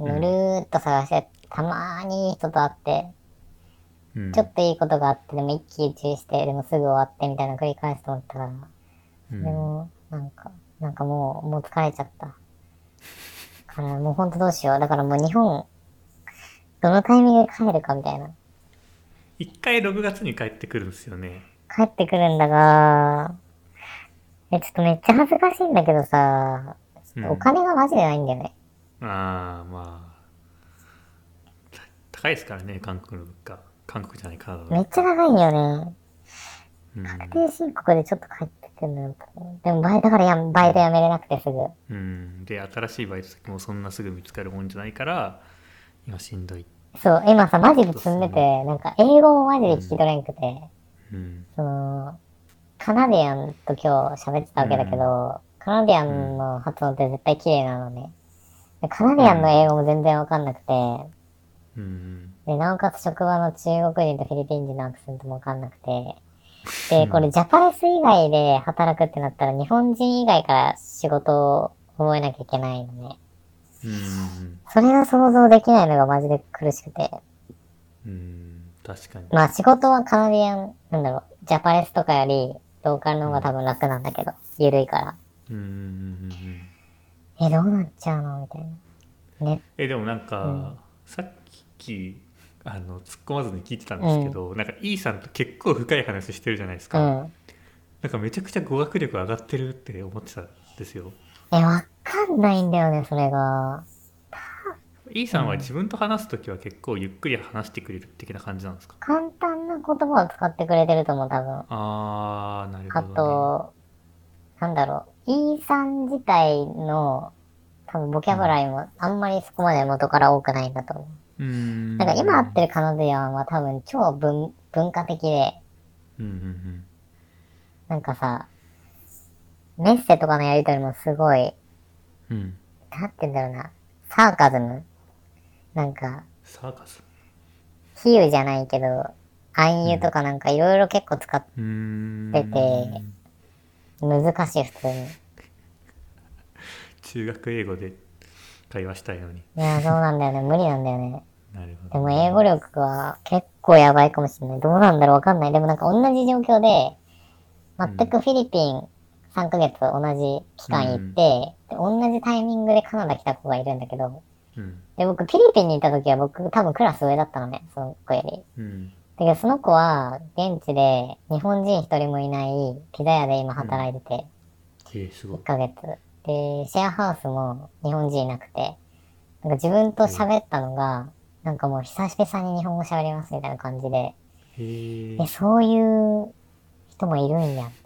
Speaker 2: ん
Speaker 1: ぬるーっと探して、たまーにいい人と会って、
Speaker 2: うん
Speaker 1: ちょっといいことがあって、でも一喜一憂して、でもすぐ終わってみたいなの繰り返すと思ったから、
Speaker 2: う
Speaker 1: で
Speaker 2: ん
Speaker 1: も、なんか、なんかもう、もう疲れちゃった。だからもうほんとどうしよう。だからもう日本、どのタイミングで帰るかみたいな。
Speaker 2: 一回6月に帰ってくるんですよね
Speaker 1: 帰ってくるんだが、え、ちょっとめっちゃ恥ずかしいんだけどさ、ちょっとお金がマジでないんだよね。
Speaker 2: ああまあた高いですからね韓国の物価韓国じゃないカナダの
Speaker 1: めっちゃ高いんだよね。
Speaker 2: うん
Speaker 1: 確定申告でちょっと帰ってくるのよ。でもバイトからや、バイトやめれなくてすぐ。
Speaker 2: うん、で新しいバイト先もそんなすぐ見つかるもんじゃないから今しんどい、
Speaker 1: そう、今さ、マジで積んでて、なんか英語もマジで聞き取れんくて、
Speaker 2: うん
Speaker 1: その、カナディアンと今日喋ってたわけだけど、カナディアンの発音って絶対綺麗なのね。でカナディアンの英語も全然わかんなくて、
Speaker 2: うん、
Speaker 1: で、なおかつ職場の中国人とフィリピン人のアクセントもわかんなくて、で、これジャパレス以外で働くってなったら日本人以外から仕事を覚えなきゃいけないのね。
Speaker 2: うん
Speaker 1: それが想像できないのがマジで苦しくて。
Speaker 2: うん、確かに、
Speaker 1: まあ仕事はカナディアン、なんだろう、ジャパレスとかよりローカルの方が多分楽なんだけど、ゆるいから。
Speaker 2: うんうんうんうん、
Speaker 1: え、どうなっちゃうのみたいな。ね。
Speaker 2: えでもなんか、
Speaker 1: うん
Speaker 2: さっきあの突っ込まずに聞いてたんですけど、なんか E さんと結構深い話してるじゃないです
Speaker 1: う
Speaker 2: か、
Speaker 1: ん。
Speaker 2: なんかめちゃくちゃ語学力上がってるって思ってたんですよ
Speaker 1: え、わかんないんだよね、それが。
Speaker 2: E さんは自分と話す時は結構ゆっくり話してくれる的な感じなんですか、
Speaker 1: 簡単な言葉を使ってくれてると思う、多分。
Speaker 2: あーなる
Speaker 1: あ
Speaker 2: ほど、ね、
Speaker 1: と、なんだろう、E さん自体の、多分ボキャブラリーもあんまりそこまで元から多くないんだと思
Speaker 2: うん
Speaker 1: う。なんか今会ってるカナディアンは多分超文文化的で、
Speaker 2: うんうんうん
Speaker 1: なんかさ、メッセとかのやりとりもすごい、
Speaker 2: うん、
Speaker 1: なんて言うんだろうな、サーカズムなんか、
Speaker 2: サーカス
Speaker 1: 比喩じゃないけど、暗喩とかなんかいろいろ結構使っ
Speaker 2: うーん
Speaker 1: 出て難しい、普通に。
Speaker 2: 中学英語で会話したいのに
Speaker 1: いや、そうなんだよね。無理なんだよね。
Speaker 2: なるほ
Speaker 1: で
Speaker 2: ど
Speaker 1: も英語力は結構やばいかもしれない。どうなんだろうわかんない。でもなんか同じ状況で、全くフィリピン3ヶ月同じ期間行って、で同じタイミングでカナダ来た子がいるんだけど、
Speaker 2: うん
Speaker 1: で、僕フィリピンにいた時は僕多分クラス上だったのね、その子より。
Speaker 2: うん
Speaker 1: だけどその子は現地で日本人一人もいないピザ屋で今働いてて、
Speaker 2: えー、すごい
Speaker 1: 1ヶ月。で、シェアハウスも日本人いなくて、なんか自分と喋ったのが、なんかもう久々に日本語喋りますみたいな感じで、
Speaker 2: へえ
Speaker 1: え、そういう人もいるんやって。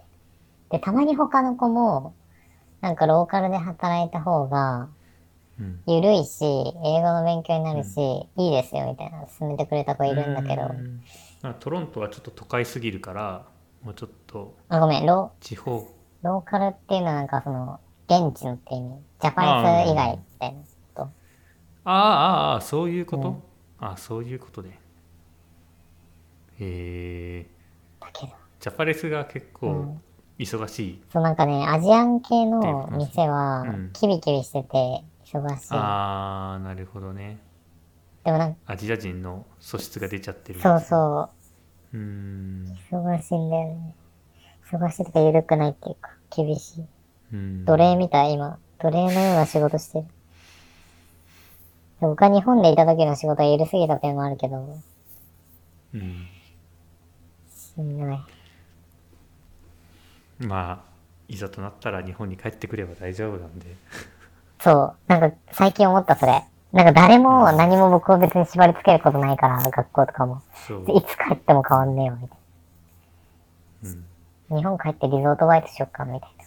Speaker 1: で、たまに他の子も、なんかローカルで働いた方が、
Speaker 2: うん
Speaker 1: ゆるいし、英語の勉強になるし、いいですよみたいな、勧めてくれた子いるんだけど、
Speaker 2: うんあトロントはちょっと都会すぎるからもうちょっと
Speaker 1: あ、ごめん、ロ、
Speaker 2: 地方
Speaker 1: ローカルっていうのはなんかその、現地のって意味。ジャパニス以外みたいなこと。
Speaker 2: ああああそういうこと、
Speaker 1: うん
Speaker 2: ああそういうことでへえ
Speaker 1: だけど。
Speaker 2: ジャパレスが結
Speaker 1: う
Speaker 2: 構
Speaker 1: ん
Speaker 2: 忙しい、
Speaker 1: そう、なんかね、アジアン系の
Speaker 2: っていう
Speaker 1: 店は
Speaker 2: うん、
Speaker 1: キビキビしてて、忙しい。
Speaker 2: ああなるほどね
Speaker 1: でもなんか、
Speaker 2: アジア人の素質が出ちゃってる
Speaker 1: そうそう
Speaker 2: うーん
Speaker 1: う、忙しいんだよね。忙しいとか緩くないっていうか、厳しい。
Speaker 2: うん
Speaker 1: 奴隷みたい、今。奴隷のような仕事してる。僕は日本でいた時の仕事は緩すぎた点もあるけど、
Speaker 2: うん
Speaker 1: しんどい。
Speaker 2: まあいざとなったら日本に帰ってくれば大丈夫なんで
Speaker 1: そう。なんか、最近思った、それ。なんか、誰も何も僕を別に縛り付けることないから、学校とかも。
Speaker 2: そう、
Speaker 1: いつ帰っても変わんねえよ、みたい
Speaker 2: うん、
Speaker 1: な。日本帰ってリゾートバイトしよっか、みたいな。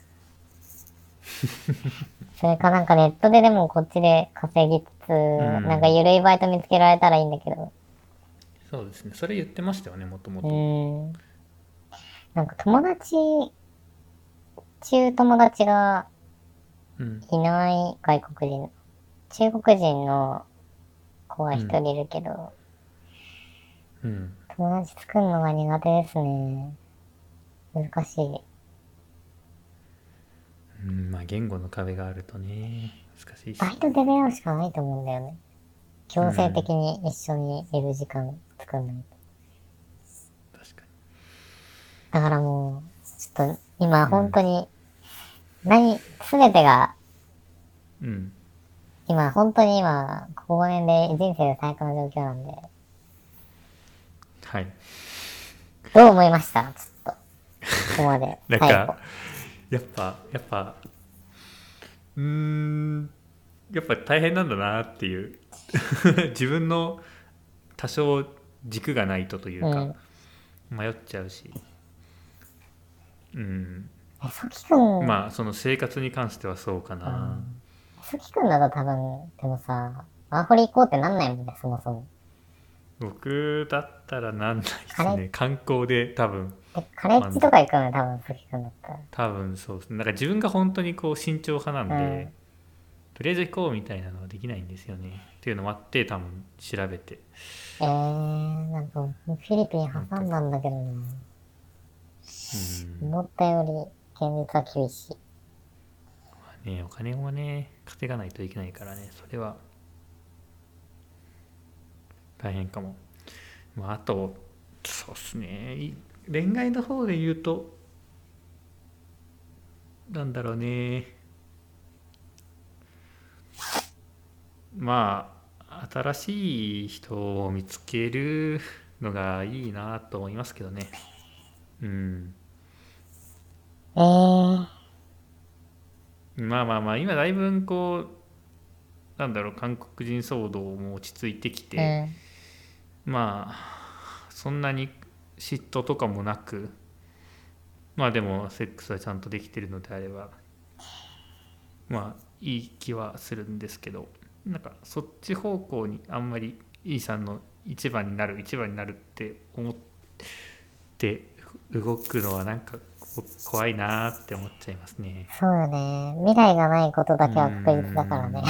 Speaker 1: それかなんかネットででもこっちで稼ぎつつ、
Speaker 2: ん
Speaker 1: なんか緩いバイト見つけられたらいいんだけど。
Speaker 2: そうですねそれ言ってましたよねもとも
Speaker 1: う
Speaker 2: と
Speaker 1: ーん。なんか友達、中友達が
Speaker 2: うん
Speaker 1: いない外国人。中国人の子は一人いるけど、
Speaker 2: うん
Speaker 1: 友達作るのが苦手ですね。難しい。
Speaker 2: うんまあ言語の壁があるとね難しいし
Speaker 1: バイトで出会うしかないと思うんだよね。強制的に一緒にいる時間作んないと。
Speaker 2: 確かに
Speaker 1: だからもう、ちょっと今本当に、何、すべてが
Speaker 2: うん
Speaker 1: 今、本当に今、ここ5年で人生で最高の状況なんで、
Speaker 2: はい
Speaker 1: どう思いましたちょっと。ここまで
Speaker 2: 。なん
Speaker 1: 最後
Speaker 2: か、やっぱ、やっぱ、うーん、やっぱ大変なんだなっていう、 自分の多少軸がないとというか、迷っちゃうし、うん、
Speaker 1: え、ソキくん、
Speaker 2: まあ、その生活に関してはそうかな。
Speaker 1: ソキくんだと多分、でもさ、ワーホリ行こうってなんないもんね、そもそも。
Speaker 2: 僕だったらなんないです
Speaker 1: あ
Speaker 2: ね
Speaker 1: れ、
Speaker 2: 観光で多分。
Speaker 1: で、カレッジとか行くのよ、多分、ソキくんだったら。
Speaker 2: 多分そうですねなんか自分が本当にこう慎重派なんで、
Speaker 1: うん
Speaker 2: とりあえず行こうみたいなのはできないんですよねっていうのもあって多分調べて
Speaker 1: えー、なんか、フィリピン挟んだんだけどな。
Speaker 2: うん、ま
Speaker 1: 思ったより、現実は厳しい。
Speaker 2: あねお金もね稼がないといけないからねそれは大変かもまああとそうっすねい恋愛の方で言うとなんだろうねまあ新しい人を見つけるのがいいなと思いますけどねうん
Speaker 1: えー、
Speaker 2: まあまあまあ今だいぶんこうなんだろう韓国人騒動も落ち着いてきて、
Speaker 1: うん。
Speaker 2: まあそんなに嫉妬とかもなくまあでもセックスはちゃんとできてるのであればまあいい気はするんですけどなんかそっち方向にあんまり E さんの一番になる一番になるって思って動くのはなんかこう怖いなーって思っちゃいますね。
Speaker 1: そうよね。未来がないことだけは確実だからね。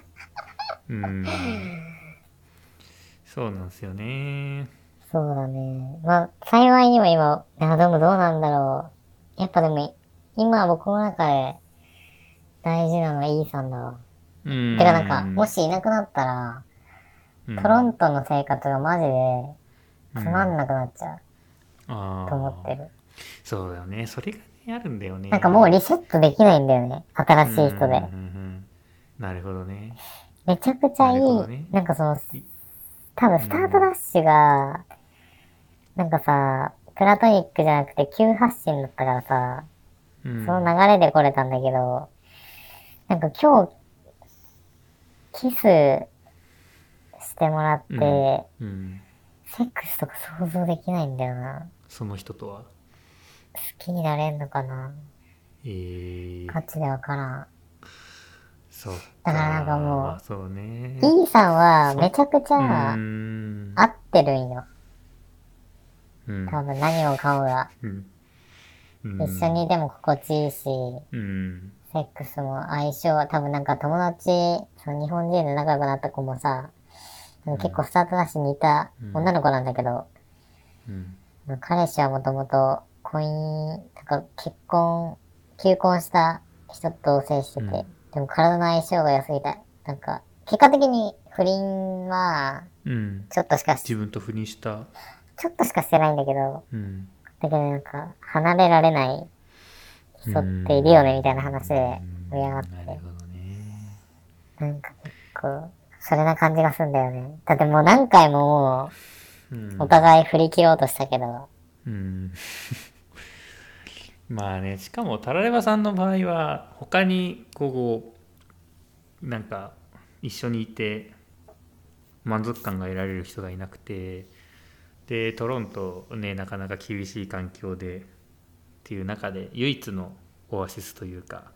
Speaker 2: うーん。そうなんですよね。
Speaker 1: そうだね。まあ、幸いにも今、いやでもどうなんだろう。やっぱでも、今僕の中で大事なのはイーサンだわ。
Speaker 2: うん
Speaker 1: てかなんか、もしいなくなったら、
Speaker 2: うん
Speaker 1: トロントの生活がマジでつまんなくなっちゃ
Speaker 2: あ
Speaker 1: う
Speaker 2: ー
Speaker 1: と思ってる。
Speaker 2: そうだよねそれがねあるんだよね
Speaker 1: なんかもうリセットできないんだよね。新しい人
Speaker 2: うんうん
Speaker 1: で。
Speaker 2: うんなるほどね
Speaker 1: めちゃくちゃい
Speaker 2: なるほど
Speaker 1: い
Speaker 2: ね。
Speaker 1: なんかその
Speaker 2: い、
Speaker 1: 多分スタートダッシュが、なんかさ、プラトニックじゃなくて急発進だったからさ、
Speaker 2: うん
Speaker 1: その流れで来れたんだけど、なんか今日、キスしてもらって、
Speaker 2: うんうん
Speaker 1: セックスとか想像できないんだよな。
Speaker 2: その人とは
Speaker 1: 好きになれんのかな
Speaker 2: えー、
Speaker 1: ガチでわからん。
Speaker 2: そう
Speaker 1: だからなんかもう
Speaker 2: まあそうね
Speaker 1: E さんはめちゃくちゃ
Speaker 2: うん
Speaker 1: 合ってるんよ。
Speaker 2: うん
Speaker 1: 多分何もかもが。
Speaker 2: うんうん
Speaker 1: 一緒にいても心地いいし、
Speaker 2: うん
Speaker 1: セックスも相性は多分なんか友達、その日本人で仲良くなった子もさ、結構スタートだし似た
Speaker 2: うん
Speaker 1: 女の子なんだけど、
Speaker 2: うん
Speaker 1: 彼氏はもともと婚姻、とか結婚、求婚した人と同棲してて、
Speaker 2: うん
Speaker 1: でも体の相性が良すぎた。なんか、結果的に不倫は、
Speaker 2: うん
Speaker 1: ちょっとしかし、
Speaker 2: 自分と不倫した
Speaker 1: ちょっとしかしてないんだけど、
Speaker 2: うん
Speaker 1: だけどなんか、離れられない人っているよね、みたいな話で盛り上がって、
Speaker 2: なるほどね
Speaker 1: なんか結構、それな感じがすんだよね。だってもう何回もも
Speaker 2: うん
Speaker 1: う、お互い振り切ろうとしたけど、
Speaker 2: うん まあねしかもタラレバさんの場合は他にこうなんか一緒にいて満足感が得られる人がいなくてでトロントねなかなか厳しい環境でっていう中で唯一のオアシスというか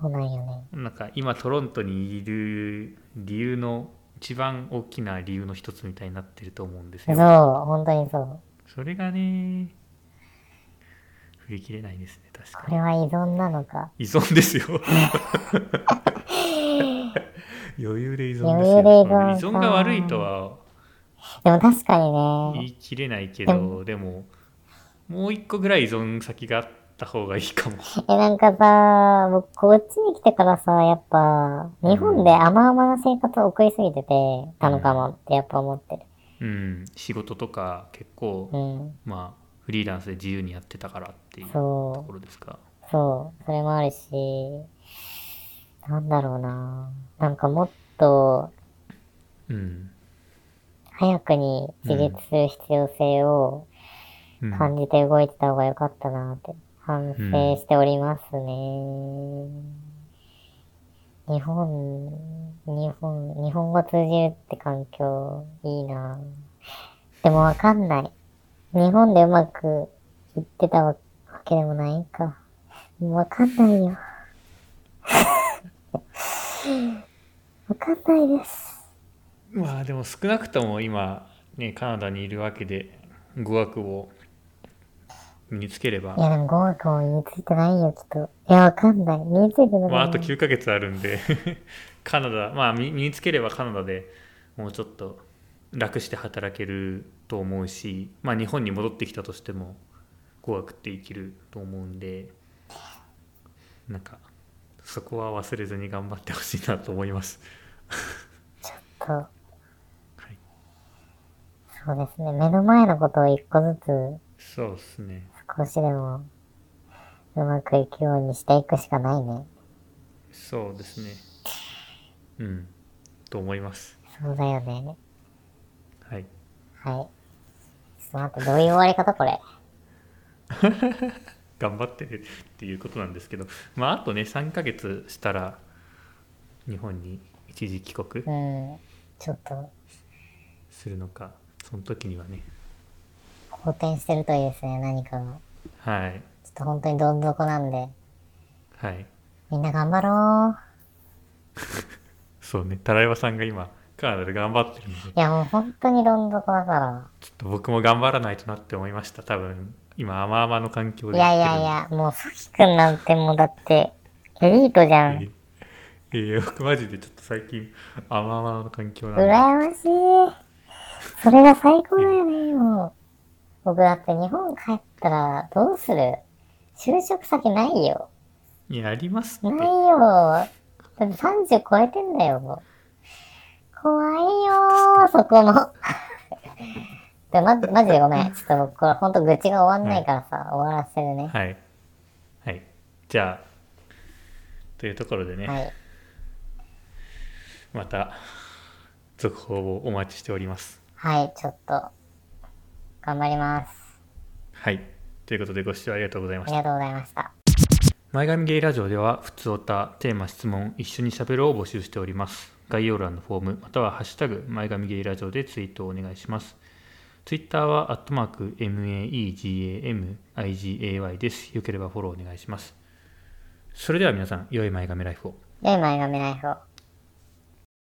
Speaker 1: そうなんよね。
Speaker 2: なんか今トロントにいる理由の一番大きな理由の一つみたいになってると思うんです
Speaker 1: そう、
Speaker 2: よ。
Speaker 1: 本当にそう。
Speaker 2: それがね振り切れないですね確か
Speaker 1: こ
Speaker 2: に
Speaker 1: れは依存なのか。
Speaker 2: 依存ですよ余裕で依
Speaker 1: 余裕で依
Speaker 2: 存ですよ
Speaker 1: 存
Speaker 2: 依存が悪いとは
Speaker 1: でも確かに
Speaker 2: 言
Speaker 1: ね、
Speaker 2: い切れないけどでももう一個ぐらい依存先があった方がいいかも
Speaker 1: え、なんかさ、僕こっちに来てからさ、やっぱ、日本で甘々な生活を送りすぎてて、たのかもってやっぱ思ってる。
Speaker 2: うん仕事とか結構、
Speaker 1: うん。
Speaker 2: まあフリーランスで自由にやってたからっていうと
Speaker 1: そう
Speaker 2: こ。ろですか
Speaker 1: そう、それもあるし、なんだろうな。なんかもっと
Speaker 2: うん、
Speaker 1: 早くに自立する必要性を
Speaker 2: うん、
Speaker 1: 感じて動いてた方が良かったなって反省しておりますね。日本、日本、日本語通じるって環境いいな。でもわかんない。日本でうまくいってたわけでもないか。わかんないよ。わかんないです。
Speaker 2: まあでも少なくとも今ねカナダにいるわけで語学を身につければ
Speaker 1: いやでも語学も身についてないよ、きっと。いや、わかんない。身についてない。
Speaker 2: まあ、あと9ヶ月あるんで カナダまあ身身につければカナダでもうちょっと楽して働けると思うし、まあ、日本に戻ってきたとしても語学って生きると思うんでなんかそこは忘れずに頑張ってほしいなと思います。
Speaker 1: そう
Speaker 2: はい、
Speaker 1: そうですね。目の前のことを一個ずつ
Speaker 2: そうですね
Speaker 1: 少しでもうまくいくようにしていくしかないね。
Speaker 2: そうですねうんと思います。
Speaker 1: そうだよね。
Speaker 2: はい
Speaker 1: はい。ちょっと待って、どういう終わり方これ。
Speaker 2: 頑張ってねっていうことなんですけど、まあ、あとね3ヶ月したら日本に一時帰国
Speaker 1: うん。ちょっと、
Speaker 2: するのかその時にはね
Speaker 1: 好転してるといいですね、何かが。
Speaker 2: はい
Speaker 1: ちょっと本当にどん底なんで、
Speaker 2: はい
Speaker 1: みんな頑張ろ
Speaker 2: そうねたらいばさんが今カナダで頑張ってるんで
Speaker 1: う。いや、もう本当にどん底だか
Speaker 2: ちょっと僕も頑張らないとなって思いました多分今甘々の環境
Speaker 1: ら。
Speaker 2: で
Speaker 1: いやいやいや、もうさきくんなんてもうだって、エリートじゃん。
Speaker 2: いやいや僕マジでちょっと最近甘々の環境なんで
Speaker 1: 羨ましい。それが最高だよね、もう。僕だって日本帰ったらどうする就職先ないよ。
Speaker 2: いやありますっ
Speaker 1: ない
Speaker 2: て
Speaker 1: よ。だって30超えてんだよ、もう。怖いよー、そこも。でま、マジでごめん。ちょっと僕、これほんと愚痴が終わんないからさ、終わらせるね。
Speaker 2: はいはいじゃあというところでね、
Speaker 1: はい。
Speaker 2: また続報をお待ちしております
Speaker 1: はい、ちょっと、頑張ります。
Speaker 2: はいということでご視聴ありがとうございま
Speaker 1: あ
Speaker 2: し
Speaker 1: り
Speaker 2: た
Speaker 1: がとうございました。
Speaker 2: 前髪ゲイラジオでは普通おたテーマ質問一緒にしゃべろうを募集しております概要欄のフォームまたは「ハッシュタグ前髪ゲイラジオ」でツイートをお願いしますツイッターはアットマーク MAEGAMIGAY ですよければフォローお願いしますそれでは皆さん良い前髪ライフを
Speaker 1: 良い前髪ライフを。